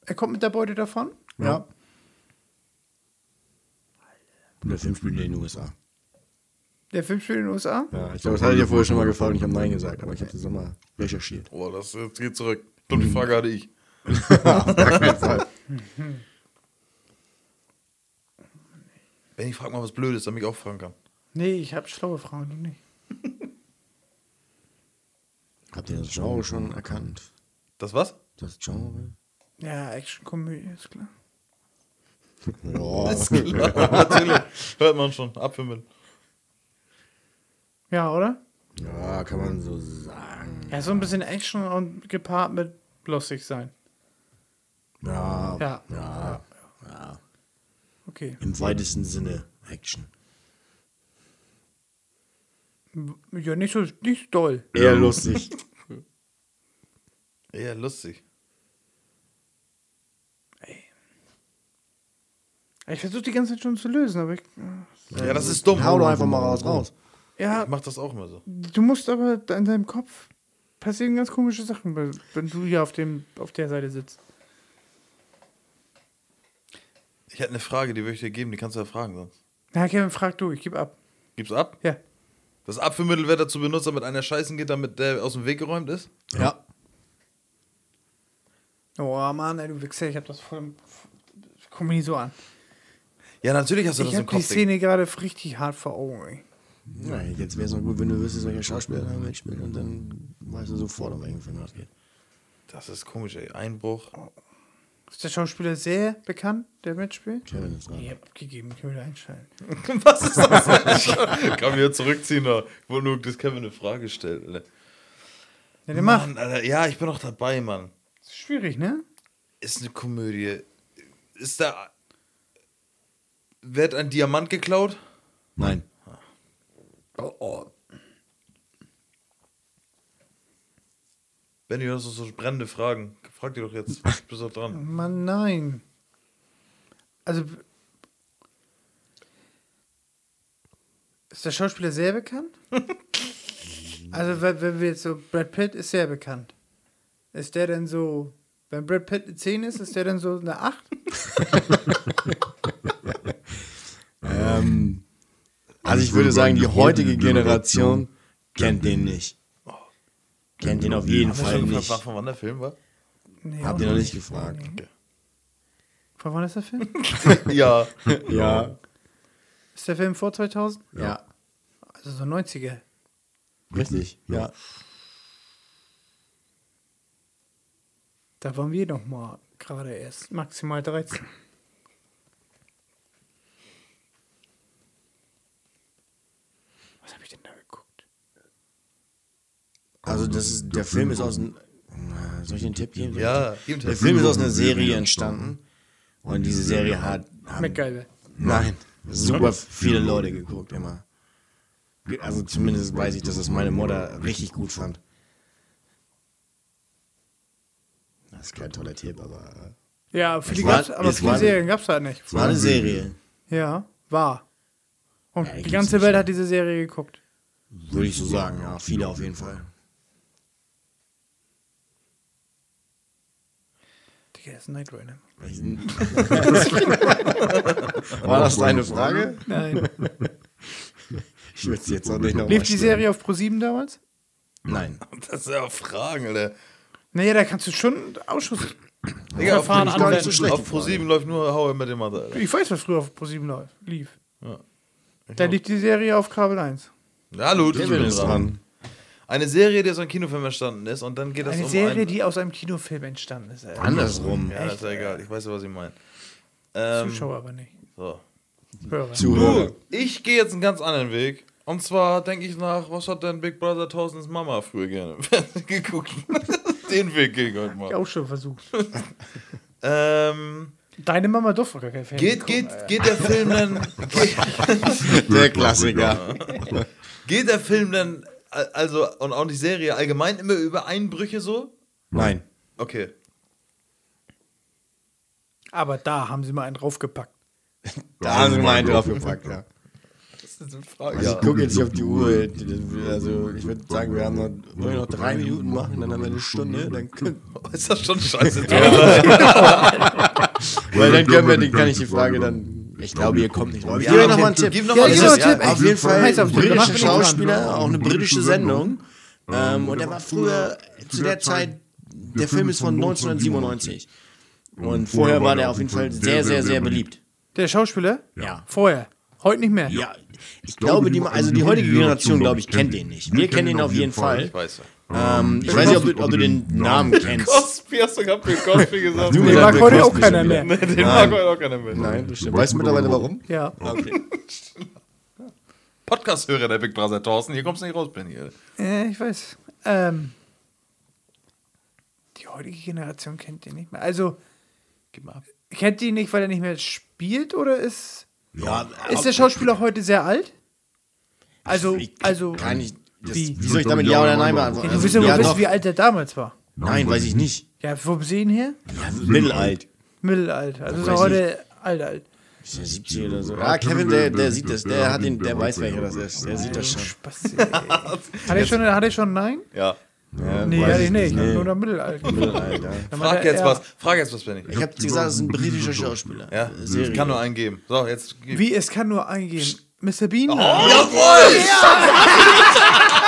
Speaker 2: Er kommt mit der Beute davon?
Speaker 3: Ja. Der Film spielt in den USA.
Speaker 2: Der Film spielt in den USA?
Speaker 3: Ja, ich glaube, das hatte ich ja vorher schon mal gefragt und ich habe Nein gesagt, aber ich habe das nochmal recherchiert.
Speaker 1: Oh, das jetzt geht zurück. Ich glaube, die Frage hatte ich. Benny, frag mal was Blödes, damit ich auch fragen kann.
Speaker 2: Nee, ich habe schlaue Frauen, du nicht.
Speaker 3: Habt ihr das Genre schon erkannt?
Speaker 1: Das was?
Speaker 3: Das Genre?
Speaker 2: Ja, Action-Komödie, ist klar.
Speaker 3: Ja.
Speaker 1: Natürlich. Hört man schon. Abwimmeln.
Speaker 2: Ja, oder?
Speaker 3: ja, kann man so sagen.
Speaker 2: Ja, so ein bisschen Action und gepaart mit lustig sein.
Speaker 3: Ja.
Speaker 2: Ja.
Speaker 3: Ja. ja.
Speaker 2: Okay.
Speaker 3: Im weitesten Sinne Action.
Speaker 2: Ja, nicht so nicht doll.
Speaker 3: Eher lustig.
Speaker 1: Ja, lustig.
Speaker 2: Ich versuche die ganze Zeit schon zu lösen, aber ich. äh,
Speaker 1: Ja, das ist dumm.
Speaker 3: Hau doch einfach mal raus, raus.
Speaker 1: Ich
Speaker 2: Ja,
Speaker 1: mach das auch immer so.
Speaker 2: du musst aber in deinem Kopf passieren ganz komische Sachen, weil- wenn du hier auf dem auf der Seite sitzt.
Speaker 1: Ich hätte eine Frage, die würde ich dir geben, die kannst du ja fragen sonst.
Speaker 2: Na, Kevin, frag du, ich gebe ab.
Speaker 1: Gib's ab?
Speaker 2: Ja.
Speaker 1: Das Abführmittel wird dazu benutzt, damit einer scheißen geht, damit der aus dem Weg geräumt ist?
Speaker 3: Ja.
Speaker 2: Oh Mann, ey, du Wichser, ich hab das voll. im- Komm mir nicht so an.
Speaker 1: Ja, natürlich hast du
Speaker 2: Ich
Speaker 1: das im
Speaker 2: hab die
Speaker 1: Kopf. Digga.
Speaker 2: Szene gerade richtig hart vor Augen, ey.
Speaker 3: Na, jetzt wäre es noch gut, wenn du wüsstest, welcher Schauspieler da mitspielt und dann weißt du sofort, um welchen Film das geht.
Speaker 1: Das ist komisch, ey. Einbruch.
Speaker 2: Ist der Schauspieler sehr bekannt, der mitspielt?
Speaker 3: Kevin ist dran.
Speaker 2: Ich hab abgegeben, ich will wieder einschalten.
Speaker 1: Was ist das? denn? Kann mir zurückziehen, da. Ich wollte nur, dass Kevin eine Frage stellt. Alter.
Speaker 2: Ja, der macht.
Speaker 1: Mann, Alter. Ja, ich bin auch dabei, Mann.
Speaker 2: Ist schwierig, ne?
Speaker 1: Ist eine Komödie. Ist da. Wird ein Diamant geklaut? Ah. Oh,
Speaker 3: Nein.
Speaker 1: Benny, du hast doch so brennende Fragen. Frag dir doch jetzt. Du bist doch dran.
Speaker 2: Mann, nein. Also. b- Ist der Schauspieler sehr bekannt? also, wenn wenn wir jetzt so. Brad Pitt ist sehr bekannt. Ist der denn so. Wenn Brad Pitt eine 10 ist, ist der denn so eine 8?
Speaker 3: Ähm, also ich würde sagen, die heutige Generation kennt den nicht. Kennt den auf jeden
Speaker 1: Hast du
Speaker 3: Fall
Speaker 1: schon gefragt,
Speaker 3: nicht.
Speaker 1: nach- von wann der Film war?
Speaker 2: Nee,
Speaker 3: Habt ihr noch nicht gefragt?
Speaker 2: Von wann ist der Film?
Speaker 1: ja.
Speaker 3: Ja.
Speaker 2: Ist der Film vor 2000?
Speaker 3: Ja.
Speaker 2: Also so 90er.
Speaker 3: Richtig. Ja.
Speaker 2: Da waren wir noch mal gerade erst maximal 13. Was habe ich denn da geguckt?
Speaker 3: Also das ist, der Film ist aus einem. Na, Soll ich den Tipp geben?
Speaker 1: Ja, gib
Speaker 3: Der
Speaker 1: einen
Speaker 3: Film ist aus einer Serie entstanden. Und diese Serie hat. haben-
Speaker 2: MacGyver.
Speaker 3: Nein. Super viele Leute geguckt immer. Also zumindest weiß ich, dass das meine Mutter richtig gut fand. Das ist kein toller Tipp, aber.
Speaker 2: Ja, viele
Speaker 3: Es war-
Speaker 2: gab's, aber
Speaker 3: es
Speaker 2: viele
Speaker 3: war-
Speaker 2: Serien gab es halt nicht.
Speaker 3: Es war eine Serie.
Speaker 2: Ja, war. Und
Speaker 3: Ja,
Speaker 2: die
Speaker 3: gibt's
Speaker 2: ganze
Speaker 3: nicht.
Speaker 2: Welt hat diese Serie geguckt.
Speaker 3: Würde ich so sagen, ja. Viele auf jeden Fall.
Speaker 2: Digga, das ist Night Rider.
Speaker 3: War das deine Frage?
Speaker 2: Nein.
Speaker 3: Ich würde es jetzt auch nicht nochmal.
Speaker 2: Lief die Serie auf ProSieben damals?
Speaker 3: Nein.
Speaker 1: Das sind ja Fragen, Alter.
Speaker 2: Naja, da kannst du schon Ausschuss.
Speaker 1: Digga, auf,
Speaker 2: Verfahren
Speaker 1: auf,
Speaker 2: anwenden.
Speaker 3: so schlecht,
Speaker 1: auf
Speaker 3: die
Speaker 1: Pro
Speaker 3: Frage.
Speaker 1: 7 läuft nur How I Met Your Mother, Alter.
Speaker 2: Ich weiß, was früher auf ProSieben lief. lief. Da lief die Serie auf Kabel 1.
Speaker 1: Hallo, ich
Speaker 3: Kevin
Speaker 1: bin
Speaker 3: ist
Speaker 1: dran.
Speaker 3: dran.
Speaker 1: Eine Serie, die aus einem Kinofilm entstanden ist und dann geht das
Speaker 2: Eine
Speaker 1: um
Speaker 2: Serie,
Speaker 1: einen-
Speaker 2: die aus einem Kinofilm entstanden ist. Ey.
Speaker 3: Andersrum.
Speaker 1: Ja, ist ja egal. Ich weiß ja, was ich meine. Ähm,
Speaker 2: Zuschauer aber nicht.
Speaker 1: so.
Speaker 2: Hörer.
Speaker 3: Zuhörer.
Speaker 1: Ich gehe jetzt einen ganz anderen Weg. Und zwar denke ich nach, was hat denn Big Brother 1000s Mama früher gerne im Fernsehen geguckt? Den Weg gehe ich heute
Speaker 2: Hab ich
Speaker 1: mal.
Speaker 2: auch schon versucht.
Speaker 1: Ähm,
Speaker 2: Deine Mama durfte doch gar kein
Speaker 1: geht,
Speaker 2: Fernsehen.
Speaker 1: geht,
Speaker 2: gucken,
Speaker 1: geht der Film dann. Geht,
Speaker 3: Der Klassiker.
Speaker 1: geht der Film dann, al- also, und auch die Serie allgemein immer über Einbrüche so?
Speaker 3: Nein.
Speaker 1: Okay.
Speaker 2: Aber da haben sie mal einen draufgepackt.
Speaker 3: Da haben sie mal einen draufgepackt, ja.
Speaker 1: Das ist eine Frage.
Speaker 3: Also ich gucke jetzt nicht auf die Uhr. Also ich würde sagen, wir haben noch, wollen wir noch drei Minuten machen, dann haben wir eine Stunde. Dann können,
Speaker 1: Ist das schon scheiße?
Speaker 3: weil dann können wir, dann kann ich die Frage dann. Ich glaube, ihr kommt nicht drauf. Ich
Speaker 1: Ja,
Speaker 3: gebe euch
Speaker 1: komm,
Speaker 3: noch mal einen Tipp.
Speaker 1: gib noch mal
Speaker 3: Es
Speaker 1: einen
Speaker 3: ist
Speaker 1: Tipp, ja.
Speaker 3: Auf jeden Fall
Speaker 2: Heiß auf
Speaker 3: ein
Speaker 2: Tipp, danach bin
Speaker 3: britischer
Speaker 2: ich dran.
Speaker 3: Schauspieler, auch eine britische Sendung. Ähm, und er war früher, zu der Zeit, der Film ist von 1997. Und vorher war der auf jeden Fall sehr, sehr, sehr beliebt.
Speaker 2: Der Schauspieler?
Speaker 3: Ja.
Speaker 2: Vorher. Heute nicht mehr.
Speaker 3: Ja, ich glaube, die, also die heutige Generation, glaube ich, kennt den nicht. Wir kennen ihn auf jeden Fall.
Speaker 1: Ich weiß ja.
Speaker 3: Ähm, ich weiß nicht, ob du, ob du den Namen kennst.
Speaker 1: Cosby hast du gerade Bill Cosby gesagt.
Speaker 3: Du-
Speaker 2: Den
Speaker 3: Ja,
Speaker 2: mag
Speaker 3: der
Speaker 2: heute auch
Speaker 3: Cosby
Speaker 2: keiner
Speaker 3: schon wieder.
Speaker 2: mehr.
Speaker 1: Den mag heute auch keiner mehr.
Speaker 3: Nein, das stimmt. Weißt du mittlerweile warum?
Speaker 2: Ja.
Speaker 3: Okay.
Speaker 1: Podcast-Hörer der Big Brother Thorsten. Hier kommst du nicht raus, Benny. Alter.
Speaker 2: Äh, ich weiß. Ähm, die heutige Generation kennt den nicht mehr. Also,
Speaker 1: Gib mal ab.
Speaker 2: kennt die nicht, weil er nicht mehr spielt oder ist.
Speaker 3: Ja,
Speaker 2: Ist der Schauspieler heute sehr alt? Also,
Speaker 3: Ich-
Speaker 2: also.
Speaker 3: Kann ich, das,
Speaker 2: Wie?
Speaker 3: wie? soll ich damit Ja oder Nein
Speaker 2: Ja,
Speaker 3: beantworten?
Speaker 2: du willst ja
Speaker 3: ja,
Speaker 2: wohl wissen,
Speaker 3: doch.
Speaker 2: wie alt er damals war.
Speaker 3: Nein, weiß ich nicht.
Speaker 2: Ja, vom Sehen her?
Speaker 3: Ja, mittelalt.
Speaker 2: Mittelalter. Also ist
Speaker 3: Weiß
Speaker 2: er heute alt, alt.
Speaker 3: Ist ja 70 oder so. Ah, Kevin, der, der sieht das. Der, hat den, der weiß, welcher das ist. Der sieht das schon.
Speaker 2: Spasti. ey. hat, er schon, hat er schon Nein?
Speaker 1: Ja.
Speaker 3: Ja,
Speaker 2: Nee,
Speaker 3: weiß
Speaker 2: hatte ich
Speaker 3: ich
Speaker 2: nicht. Ich hab
Speaker 3: Nee.
Speaker 2: nur nach Mittelalter.
Speaker 3: Mittelalt, ja.
Speaker 2: Dann meinte
Speaker 1: Frag
Speaker 2: er,
Speaker 1: jetzt
Speaker 2: ja.
Speaker 1: was. Frag jetzt was, Benny.
Speaker 3: Ich hab gesagt, es ist ein britischer Schauspieler.
Speaker 1: Ja,
Speaker 3: Serie.
Speaker 1: ich kann nur einen geben. So, jetzt. gib-
Speaker 2: Wie, es kann nur eingehen. Mr. Bean?
Speaker 1: Jawohl!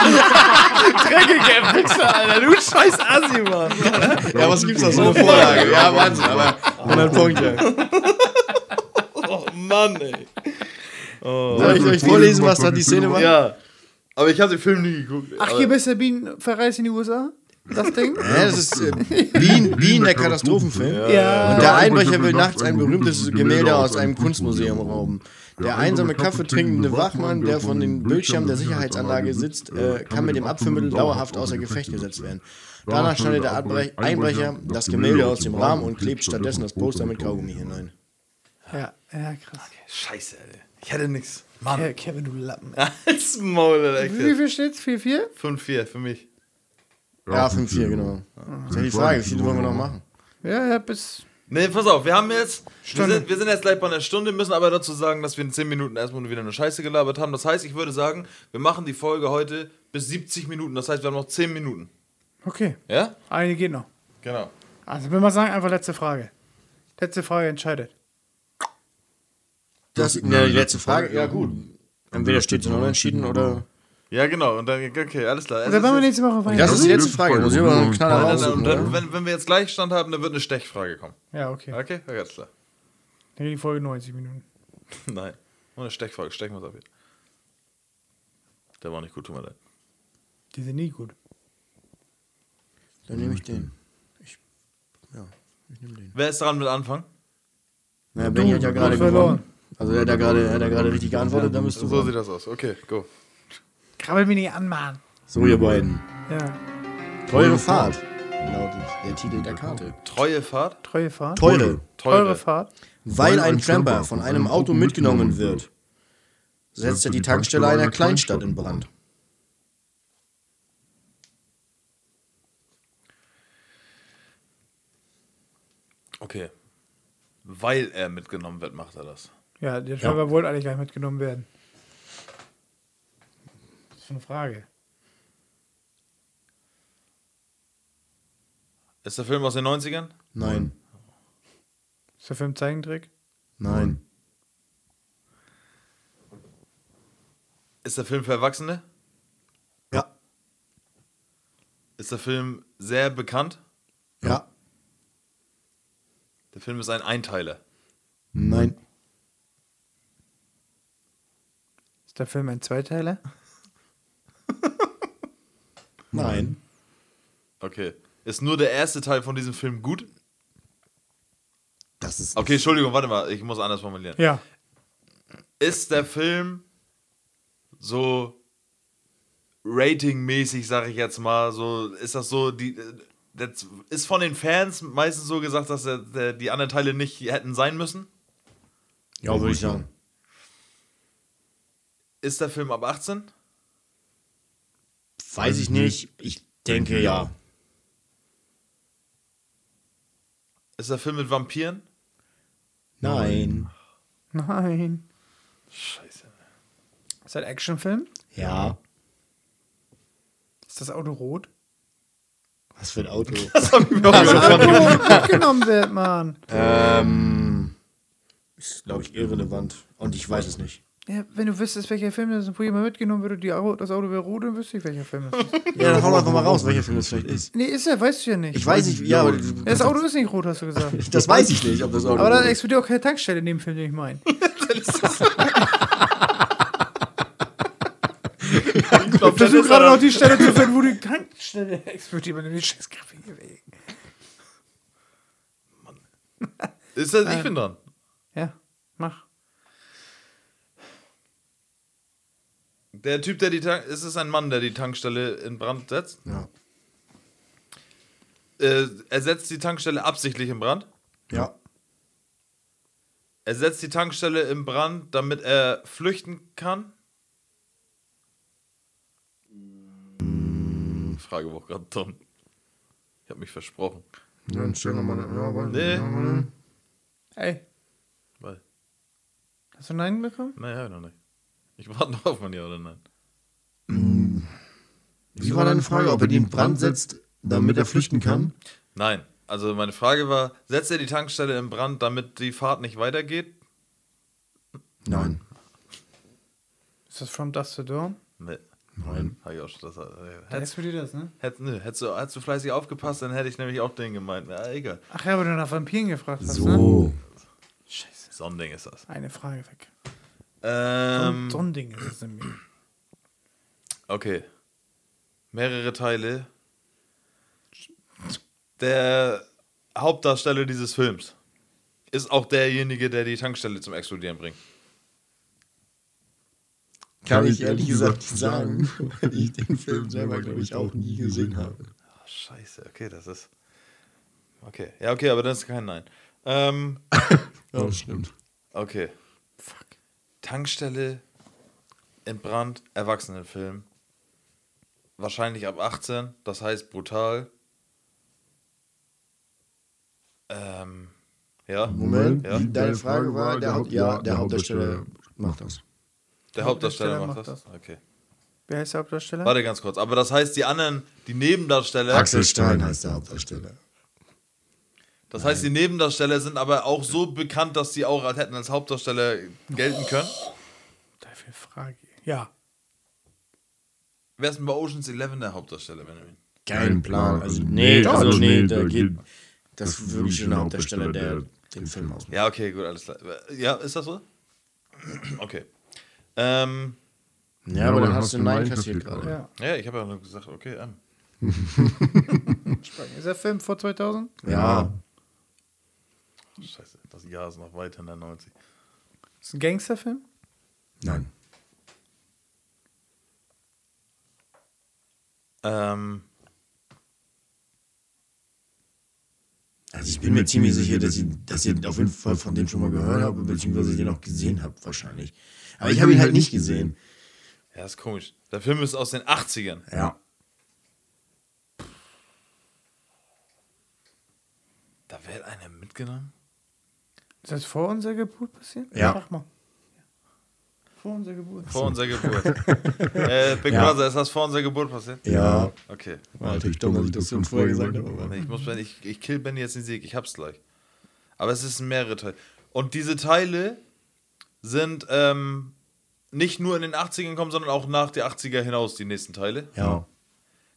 Speaker 2: Dreckiger Wichser, Alter. Du scheiß Assi, Mann.
Speaker 3: Ja, was gibt's da so eine Vorlage? Ja, Wahnsinn, aber 100 Punkte.
Speaker 1: Oh Mann, ey.
Speaker 3: Soll ich euch vorlesen, was da die Szene war?
Speaker 1: Ja. Aber ich habe den Film nie geguckt.
Speaker 2: Ach, hier Mr. Bean verreist in die USA? Das Ding?
Speaker 3: Ja, das ist äh, Wien, Wien, der Katastrophenfilm.
Speaker 2: Ja.
Speaker 3: Und der Einbrecher will nachts ein berühmtes Gemälde aus einem Kunstmuseum rauben. Der einsame kaffeetrinkende Wachmann, der von dem Bildschirm der Sicherheitsanlage sitzt, äh, kann mit dem Abführmittel dauerhaft außer Gefecht gesetzt werden. Danach schneidet der Abbrech- Einbrecher das Gemälde aus dem Rahmen und klebt stattdessen das Poster mit Kaugummi hinein.
Speaker 2: Ja, ja, krass.
Speaker 1: Scheiße, Alter. Ich hatte nix. Mann.
Speaker 2: Ke- Kevin, du Lappen.
Speaker 1: Als Maul,
Speaker 2: Wie
Speaker 1: Alter.
Speaker 2: viel steht's? 4-4?
Speaker 1: 5-4 für mich.
Speaker 3: Ja, 5-4, genau. Das ist ja die Frage, wie viele wollen wir noch machen?
Speaker 2: Ja, ja, bis.
Speaker 1: Nee, pass auf, wir haben jetzt. Wir
Speaker 2: Stunde.
Speaker 1: sind, wir sind jetzt gleich bei einer Stunde, müssen aber dazu sagen, dass wir in 10 Minuten erstmal wieder eine Scheiße gelabert haben. Das heißt, ich würde sagen, wir machen die Folge heute bis 70 Minuten. Das heißt, wir haben noch 10 Minuten.
Speaker 2: Okay.
Speaker 1: Ja?
Speaker 2: Eine geht noch.
Speaker 1: Genau.
Speaker 2: Also, wenn wir sagen, einfach letzte Frage. Letzte Frage entscheidet.
Speaker 3: das ist eine letzte Frage. Ja, gut. Entweder steht es noch entschieden oder.
Speaker 1: Ja, genau. Und dann, okay, alles klar.
Speaker 2: Oder wollen wir nächste Woche weiter?
Speaker 3: Das ist die letzte Frage. Da muss ich aber einen Knaller
Speaker 1: Nein, nein,
Speaker 3: raussuchen.
Speaker 1: und dann,
Speaker 3: oder?
Speaker 1: wenn, wenn wir jetzt Gleichstand haben, dann wird eine Stechfrage kommen.
Speaker 2: Ja, okay. Dann
Speaker 1: Okay, okay, alles klar.
Speaker 2: geht die Folge 90 Minuten.
Speaker 1: Nein. Nur Oh, eine Stechfrage. Stechen wir uns ab hier. Der war nicht gut, tut mir leid.
Speaker 2: Die sind nie gut.
Speaker 3: Dann nehme ich den. Ich, ja, ich nehme den.
Speaker 1: Wer ist dran mit Anfang?
Speaker 3: Na, Benny hat ja gerade
Speaker 2: verloren.
Speaker 3: gewonnen. Also er hat ja gerade, er hat ja gerade richtig geantwortet, dann müsst du.
Speaker 1: So
Speaker 3: So,
Speaker 1: sieht das aus. Okay, go.
Speaker 2: Krabbel mich nicht an, Mann.
Speaker 3: so ihr beiden.
Speaker 2: Ja.
Speaker 3: Teure Fahrt lautet der Titel der Karte.
Speaker 1: Treue Fahrt?
Speaker 2: Treue Fahrt.
Speaker 3: Teure,
Speaker 1: Teure.
Speaker 2: Teure Fahrt.
Speaker 3: weil ein Tramper von einem Auto mitgenommen wird, setzt er die Tankstelle einer Kleinstadt in Brand.
Speaker 1: Okay. Weil er mitgenommen wird, macht er das.
Speaker 2: Ja, der Tramper wollte eigentlich gleich mitgenommen werden. Das ist schon eine Frage.
Speaker 1: Ist der Film aus den 90ern?
Speaker 3: Nein,
Speaker 2: Ist der Film Zeichentrick?
Speaker 3: nein,
Speaker 1: Ist der Film für Erwachsene?
Speaker 3: ja,
Speaker 1: Ist der Film sehr bekannt?
Speaker 3: ja,
Speaker 1: Der Film ist ein Einteiler.
Speaker 3: nein,
Speaker 2: Ist der Film ein Zweiteiler?
Speaker 3: nein,
Speaker 1: Okay. Ist nur der erste Teil von diesem Film gut?
Speaker 3: das ist
Speaker 1: Okay, Entschuldigung, warte mal, ich muss anders formulieren.
Speaker 2: Ja.
Speaker 1: Ist der Film so ratingmäßig, sag ich jetzt mal, so ist das so die das ist von den Fans meistens so gesagt, dass der, der, die anderen Teile nicht hätten sein müssen?
Speaker 3: ja, würde ich sagen.
Speaker 1: Ist der Film ab 18?
Speaker 3: Weiß ich nicht, ich denke ja.
Speaker 1: Ist der Film mit Vampiren?
Speaker 3: Nein,
Speaker 2: Nein.
Speaker 1: Scheiße.
Speaker 2: Ist das ein Actionfilm?
Speaker 3: ja,
Speaker 2: Ist das Auto rot?
Speaker 3: was für ein Auto.
Speaker 2: Das Auto rot mitgenommen wird, Mann.
Speaker 3: ähm, ist glaube ich irrelevant und ich weiß es nicht.
Speaker 2: Ja, wenn du wüsstest, welcher Film das ist, wo jemand mitgenommen wird und die Au- das Auto wäre rot, dann wüsste ich, welcher Film das ist.
Speaker 3: Ja, dann hau einfach mal raus, welcher Film das vielleicht ist.
Speaker 2: nee, ist er, weißt du ja nicht.
Speaker 3: Ich weiß nicht, ja, aber
Speaker 2: Ja, das Auto ist nicht rot, hast du gesagt.
Speaker 3: das weiß ich nicht, ob das Auto.
Speaker 2: Aber da explodiert auch keine Tankstelle in dem Film, den ich meine.
Speaker 1: Ich glaub,
Speaker 2: Ich versuche
Speaker 1: ist
Speaker 2: gerade
Speaker 1: er-
Speaker 2: noch die Stelle zu finden, wo die Tankstelle explodiert, wenn du den scheiß Kaffee weg.
Speaker 1: Ist das,
Speaker 2: Ah.
Speaker 1: ich bin dran.
Speaker 2: Ja, mach.
Speaker 1: Der Typ, der die Tank ist es ein Mann, der die Tankstelle in Brand setzt?
Speaker 3: ja.
Speaker 1: Äh, er setzt die Tankstelle absichtlich in Brand?
Speaker 3: ja,
Speaker 1: Er setzt die Tankstelle in Brand, damit er flüchten kann? Hm, Frage war gerade dumm. Ich habe mich versprochen.
Speaker 3: dann stell nochmal. Ja, warte.
Speaker 1: Nee.
Speaker 2: Ey,
Speaker 1: Weil,
Speaker 2: hast du Nein bekommen?
Speaker 1: naja, noch nicht. Ich warte noch auf mein Ja oder Nein.
Speaker 3: Wie war deine Frage, ob er die in Brand setzt, damit er flüchten kann?
Speaker 1: Nein. Also meine Frage war, setzt er die Tankstelle in Brand, damit die Fahrt nicht weitergeht?
Speaker 3: Nein.
Speaker 2: Ist das From Dust to Dawn?
Speaker 1: Nee.
Speaker 3: Nein.
Speaker 1: Hab ich auch schon. Das, äh,
Speaker 2: Da
Speaker 1: hättest,
Speaker 2: explodiert das, ne?
Speaker 1: hättest, nö, hättest, du, hättest du fleißig aufgepasst, dann hätte ich nämlich auch den gemeint. Ja, egal.
Speaker 2: Ach ja, weil du nach Vampiren gefragt hast, ne?
Speaker 3: So.
Speaker 2: Scheiße.
Speaker 1: So ein Ding ist das.
Speaker 2: Eine Frage weg.
Speaker 1: Ähm,
Speaker 2: so ein Ding ist es nämlich.
Speaker 1: Okay. Mehrere Teile. Der Hauptdarsteller dieses Films ist auch derjenige, der die Tankstelle zum Explodieren bringt.
Speaker 3: Kann ich ehrlich gesagt nicht sagen, weil ich den Film selber, glaube ich, auch nie gesehen habe.
Speaker 1: Ah, scheiße, okay, das ist. Okay, ja, okay, aber das ist kein Nein. Ähm,
Speaker 3: Ja, stimmt.
Speaker 1: okay. Fuck. Tankstelle in Brand, Erwachsenenfilm. Wahrscheinlich ab 18, das heißt brutal. Ähm, ja.
Speaker 3: Moment,
Speaker 1: Ja.
Speaker 3: die- deine Frage war, der, Haupt, ja, der Hauptdarsteller macht das.
Speaker 1: Der Hauptdarsteller, macht das? Okay.
Speaker 2: Wer heißt der Hauptdarsteller?
Speaker 1: Warte ganz kurz. Aber das heißt, die anderen, die Nebendarsteller,
Speaker 3: Axel Stein heißt der Hauptdarsteller.
Speaker 1: Das heißt, die Nebendarsteller sind aber auch so bekannt, dass sie auch als hätten als Hauptdarsteller gelten können.
Speaker 2: Da viel Frage. Ja.
Speaker 1: Wer ist denn bei Oceans 11 der Hauptdarsteller, Benjamin?
Speaker 3: Kein Plan. Also, nee,
Speaker 4: Doch.
Speaker 3: also, nee, da
Speaker 4: da
Speaker 3: geht.
Speaker 4: geht-
Speaker 3: Das ist wirklich schon der Hauptdarsteller, der den Film ausmacht.
Speaker 1: Ja, okay, gut, alles klar. Ja, ist das so? Okay. Ähm,
Speaker 3: Ja, aber dann hast du Nein kassiert gerade.
Speaker 2: Ja.
Speaker 1: ja, ich habe ja nur gesagt, okay, ähm. an.
Speaker 2: Ist der Film vor 2000?
Speaker 3: Ja.
Speaker 1: Scheiße, das Jahr ist noch weit hinter 90.
Speaker 2: Ist ein Gangsterfilm?
Speaker 3: Nein.
Speaker 1: Ähm,
Speaker 3: Also ich bin mir ziemlich sicher, dass ich, dass ich auf jeden Fall von dem schon mal gehört habe, beziehungsweise den auch gesehen habe wahrscheinlich. Aber ich habe ihn halt nicht gesehen.
Speaker 1: ja, ist komisch. Der Film ist aus den 80ern.
Speaker 3: Ja.
Speaker 1: Da wird einer mitgenommen?
Speaker 2: Ist das vor unserer Geburt passiert?
Speaker 3: Ja.
Speaker 2: Sag mal. Vor unserer Geburt.
Speaker 1: Vor unserer Geburt. äh, Big
Speaker 3: Ja.
Speaker 1: Brother, ist das vor unserer Geburt passiert?
Speaker 3: Ja.
Speaker 1: Okay.
Speaker 3: War natürlich dumm, dass ich das schon vorher gesagt habe.
Speaker 1: Nee,
Speaker 3: Aber
Speaker 1: Ich muss Ben, ich, ich kill Benny jetzt den Sieg, ich hab's gleich. Aber es sind mehrere Teile. Und diese Teile sind ähm, nicht nur in den 80ern gekommen, sondern auch nach der 80er hinaus, die nächsten Teile.
Speaker 3: ja.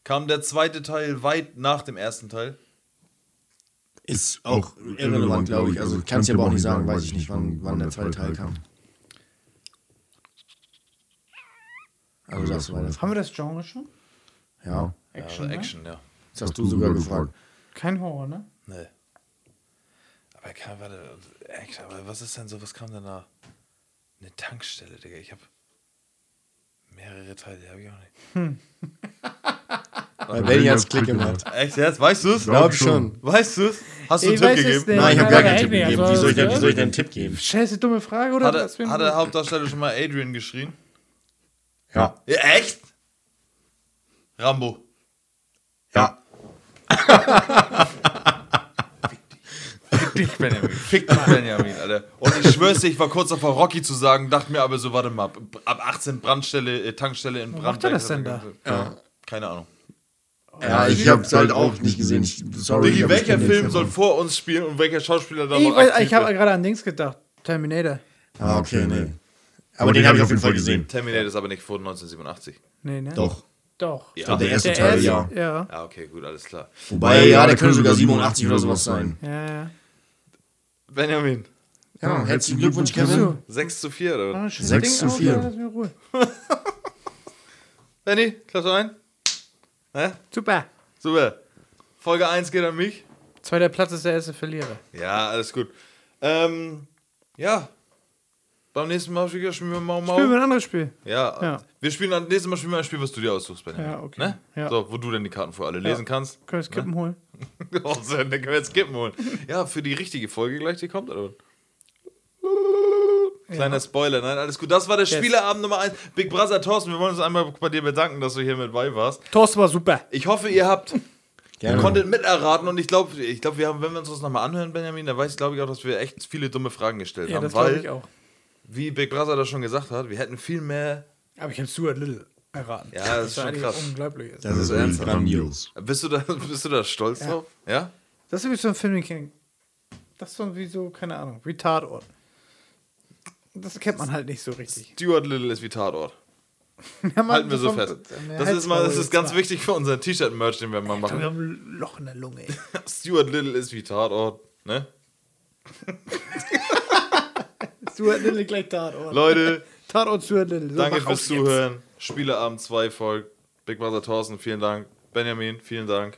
Speaker 1: Kam der zweite Teil weit nach dem ersten Teil.
Speaker 3: Ist auch irrelevant, glaube ich. Also kannst du aber auch nicht sagen, weiß ich nicht, wann, wann der zweite Teil kam. Also das war das.
Speaker 2: Haben wir das Genre schon? ne?
Speaker 3: Ja.
Speaker 2: Mhm.
Speaker 1: Action, ja, also Action ja.
Speaker 3: Das hast du sogar gefragt.
Speaker 2: Kein Horror, ne?
Speaker 1: Nee. Aber kann, warte, Action, aber was ist denn so, was kam denn da? Eine Tankstelle, Digga. Ich hab mehrere Teile, die hab ich auch nicht.
Speaker 3: Weil Benny hat's Klick gemacht.
Speaker 1: Echt jetzt? Weißt du's?
Speaker 3: Glaub ich schon.
Speaker 1: Weißt du's? Hast du einen
Speaker 2: Ich
Speaker 1: Tipp
Speaker 2: weiß es
Speaker 1: gegeben?
Speaker 2: nicht.
Speaker 3: Nein, ich habe gar keinen Tipp
Speaker 2: Nein,
Speaker 3: gegeben.
Speaker 2: also-
Speaker 3: Wie soll ich denn, wie soll ich denn einen Tipp geben?
Speaker 2: Scheiße, dumme Frage, oder?
Speaker 1: Hat,
Speaker 2: Das wär-
Speaker 1: er, hat der Hauptdarsteller schon mal Adrian geschrien?
Speaker 3: Ja.
Speaker 1: Ja, echt? Rambo.
Speaker 3: Ja.
Speaker 1: Fick dich, Benjamin. Fick dich, Benjamin, Alter. Und ich schwör's dir, ich war kurz davor, Rocky zu sagen, dachte mir aber so, warte mal, ab 18 Brandstelle, äh, Tankstelle in Brand.
Speaker 2: macht er das denn da?
Speaker 1: Ja. Keine Ahnung.
Speaker 3: Ja, ich hab's halt auch nicht gesehen. Ich, sorry.
Speaker 1: Diggi,
Speaker 3: aber ich
Speaker 1: welcher
Speaker 3: kenn den
Speaker 1: Film soll vor uns spielen und welcher Schauspieler da
Speaker 2: Ich,
Speaker 1: noch
Speaker 2: weiß-
Speaker 1: aktiv
Speaker 2: ich habe
Speaker 1: wird?
Speaker 2: gerade an Dings gedacht. Terminator.
Speaker 3: Ah, okay, nee. Aber den habe ich auf jeden Fall gesehen.
Speaker 1: Terminator ist aber nicht vor 1987.
Speaker 2: Nee, ne?
Speaker 3: Doch.
Speaker 2: Doch.
Speaker 1: Ja.
Speaker 3: der erste
Speaker 2: Der
Speaker 3: Teil,
Speaker 2: erste-
Speaker 3: ja.
Speaker 2: Ja.
Speaker 1: Ja, okay, gut, alles klar.
Speaker 3: Wobei, ja, der könnte sogar 87 oder sowas sein.
Speaker 2: Ja, ja.
Speaker 1: Benjamin,
Speaker 3: Ja, herzlichen Glückwunsch, Kevin.
Speaker 2: So.
Speaker 1: 6 zu 4, oder? was?
Speaker 2: Ah, scheiß
Speaker 3: Sechs
Speaker 2: Ding
Speaker 3: zu
Speaker 2: auf,
Speaker 3: vier.
Speaker 2: ja, lass mich in Ruhe.
Speaker 1: Benny, klappst du ein? Hä?
Speaker 2: Super.
Speaker 1: Super. Folge 1 geht an mich.
Speaker 2: Zweiter Platz ist der erste Verlierer.
Speaker 1: Ja, alles gut. Ähm, ja. Beim nächsten Mal Digga, spielen wir Mau Mau.
Speaker 2: Spielen wir ein anderes Spiel.
Speaker 1: ja.
Speaker 2: Ja.
Speaker 1: wir spielen das nächste Mal spielen wir ein Spiel, was du dir aussuchst, Benjamin.
Speaker 2: Ja, okay.
Speaker 1: Ne?
Speaker 2: Ja.
Speaker 1: So, wo du denn die Karten für alle lesen kannst.
Speaker 2: Können wir Kippen holen?
Speaker 1: oh, so, dann können wir jetzt Kippen holen. Ja, für die richtige Folge gleich, die kommt. Oder? Kleiner Spoiler, nein, alles gut. Das war der Spieleabend Nummer 1. Big Brother Thorsten, wir wollen uns einmal bei dir bedanken, dass du hier mit bei warst.
Speaker 2: Thorsten war super.
Speaker 1: Ich hoffe, ihr habt
Speaker 3: Gerne.
Speaker 1: konntet miterraten und ich glaube, ich glaub, wir haben, wenn wir uns das nochmal anhören, Benjamin, dann weiß ich, glaube ich, auch, dass wir echt viele dumme Fragen gestellt
Speaker 2: Ja,
Speaker 1: haben.
Speaker 2: das
Speaker 1: weil
Speaker 2: glaube ich auch.
Speaker 1: wie Big Brother das schon gesagt hat, wir hätten viel mehr.
Speaker 2: Aber ich habe Stuart Little erraten.
Speaker 1: Ja, das ist
Speaker 2: war
Speaker 1: schon
Speaker 2: eigentlich
Speaker 1: krass.
Speaker 2: Unglaublich.
Speaker 3: Das ist
Speaker 1: ernst,
Speaker 3: ernst grandios.
Speaker 1: Bist du da, bist du da stolz drauf? Ja?
Speaker 2: Das ist übrigens so ein Film, den kenn Das ist so wie so, keine Ahnung, wie Tatort. Das kennt man halt nicht so richtig.
Speaker 1: Stuart Little ist wie Tatort.
Speaker 2: Ja, man,
Speaker 1: Halten wir so
Speaker 2: kommt-
Speaker 1: fest.
Speaker 2: Ja,
Speaker 1: Das
Speaker 2: halt
Speaker 1: ist, mal, das
Speaker 2: so,
Speaker 1: ist ganz
Speaker 2: war-
Speaker 1: wichtig für unseren T-Shirt-Merch, den wir mal
Speaker 2: Wir
Speaker 1: machen.
Speaker 2: haben ein Loch in der Lunge, ey.
Speaker 1: Stuart Little ist wie Tatort. Ne?
Speaker 2: Stuart Little gleich Tatort.
Speaker 1: Leute,
Speaker 2: Tatort Stuart Little. So,
Speaker 1: danke
Speaker 2: mach auf
Speaker 1: fürs
Speaker 2: jetzt.
Speaker 1: Zuhören. Spieleabend 2 folgt. Big Brother Thorsten, vielen Dank. Benjamin, vielen Dank.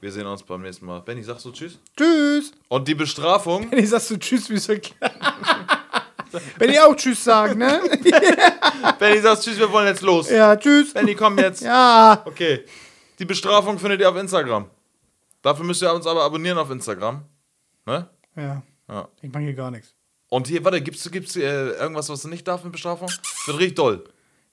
Speaker 1: Wir sehen uns beim nächsten Mal. Benny, sagst du Tschüss?
Speaker 2: Tschüss.
Speaker 1: Und die Bestrafung?
Speaker 2: Benny, sagst du Tschüss, wie so klar. Benny auch Tschüss sagen, ne?
Speaker 1: Benny, sagst Tschüss, wir wollen jetzt los.
Speaker 2: Ja, Tschüss.
Speaker 1: Benny, komm jetzt.
Speaker 2: Ja.
Speaker 1: Okay. Die Bestrafung findet ihr auf Instagram. Dafür müsst ihr uns aber abonnieren auf Instagram. Ne?
Speaker 2: Ja.
Speaker 1: Ja.
Speaker 2: Ich mache hier gar nichts.
Speaker 1: Und hier, warte, gibt's, gibt's äh, irgendwas, was du nicht darfst mit Bestrafung? Wird richtig doll.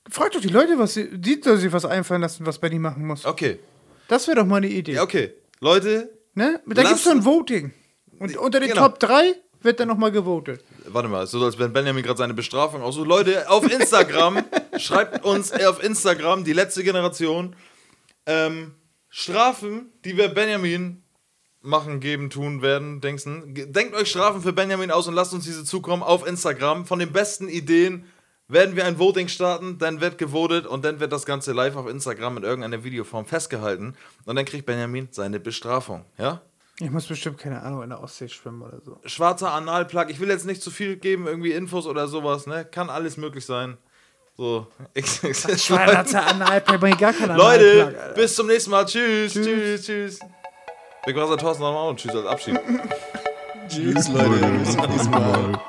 Speaker 2: Frag doch die Leute, was sie, die soll sich was einfallen lassen, was Benny machen muss.
Speaker 1: Okay.
Speaker 2: Das wäre doch mal eine Idee.
Speaker 1: Oh. Ja, okay. Leute,
Speaker 2: Ne? Da
Speaker 1: Lass-
Speaker 2: gibt es so ein Voting. Und unter den
Speaker 1: Genau.
Speaker 2: Top 3 wird dann nochmal gewotet.
Speaker 1: warte mal, so als wenn Benjamin gerade seine Bestrafung auch so. Leute, auf Instagram, schreibt uns äh, auf Instagram, die letzte Generation, ähm, Strafen, die wir Benjamin machen, geben, tun, werden, denksten. Ge- Denkt euch Strafen für Benjamin aus und lasst uns diese zukommen auf Instagram. Von den besten Ideen werden wir ein Voting starten, dann wird gewotet und dann wird das Ganze live auf Instagram in irgendeiner Videoform festgehalten. Und dann kriegt Benjamin seine Bestrafung, ja?
Speaker 2: Ich muss bestimmt, keine Ahnung, in der Ostsee schwimmen oder so.
Speaker 1: schwarzer Analplug. Ich will jetzt nicht zu viel geben, irgendwie Infos oder sowas, ne? Kann alles möglich sein. So. Ich, ich,
Speaker 2: Schwarzer Analplug, bringt gar keinen Analplug,
Speaker 1: Leute,
Speaker 2: Alter.
Speaker 1: bis zum nächsten Mal. Tschüss, tschüss, tschüss. Big Brother Thorsten nochmal und tschüss als Abschied.
Speaker 3: Tschüss, Leute. Bis zum nächsten Mal.
Speaker 4: Mal.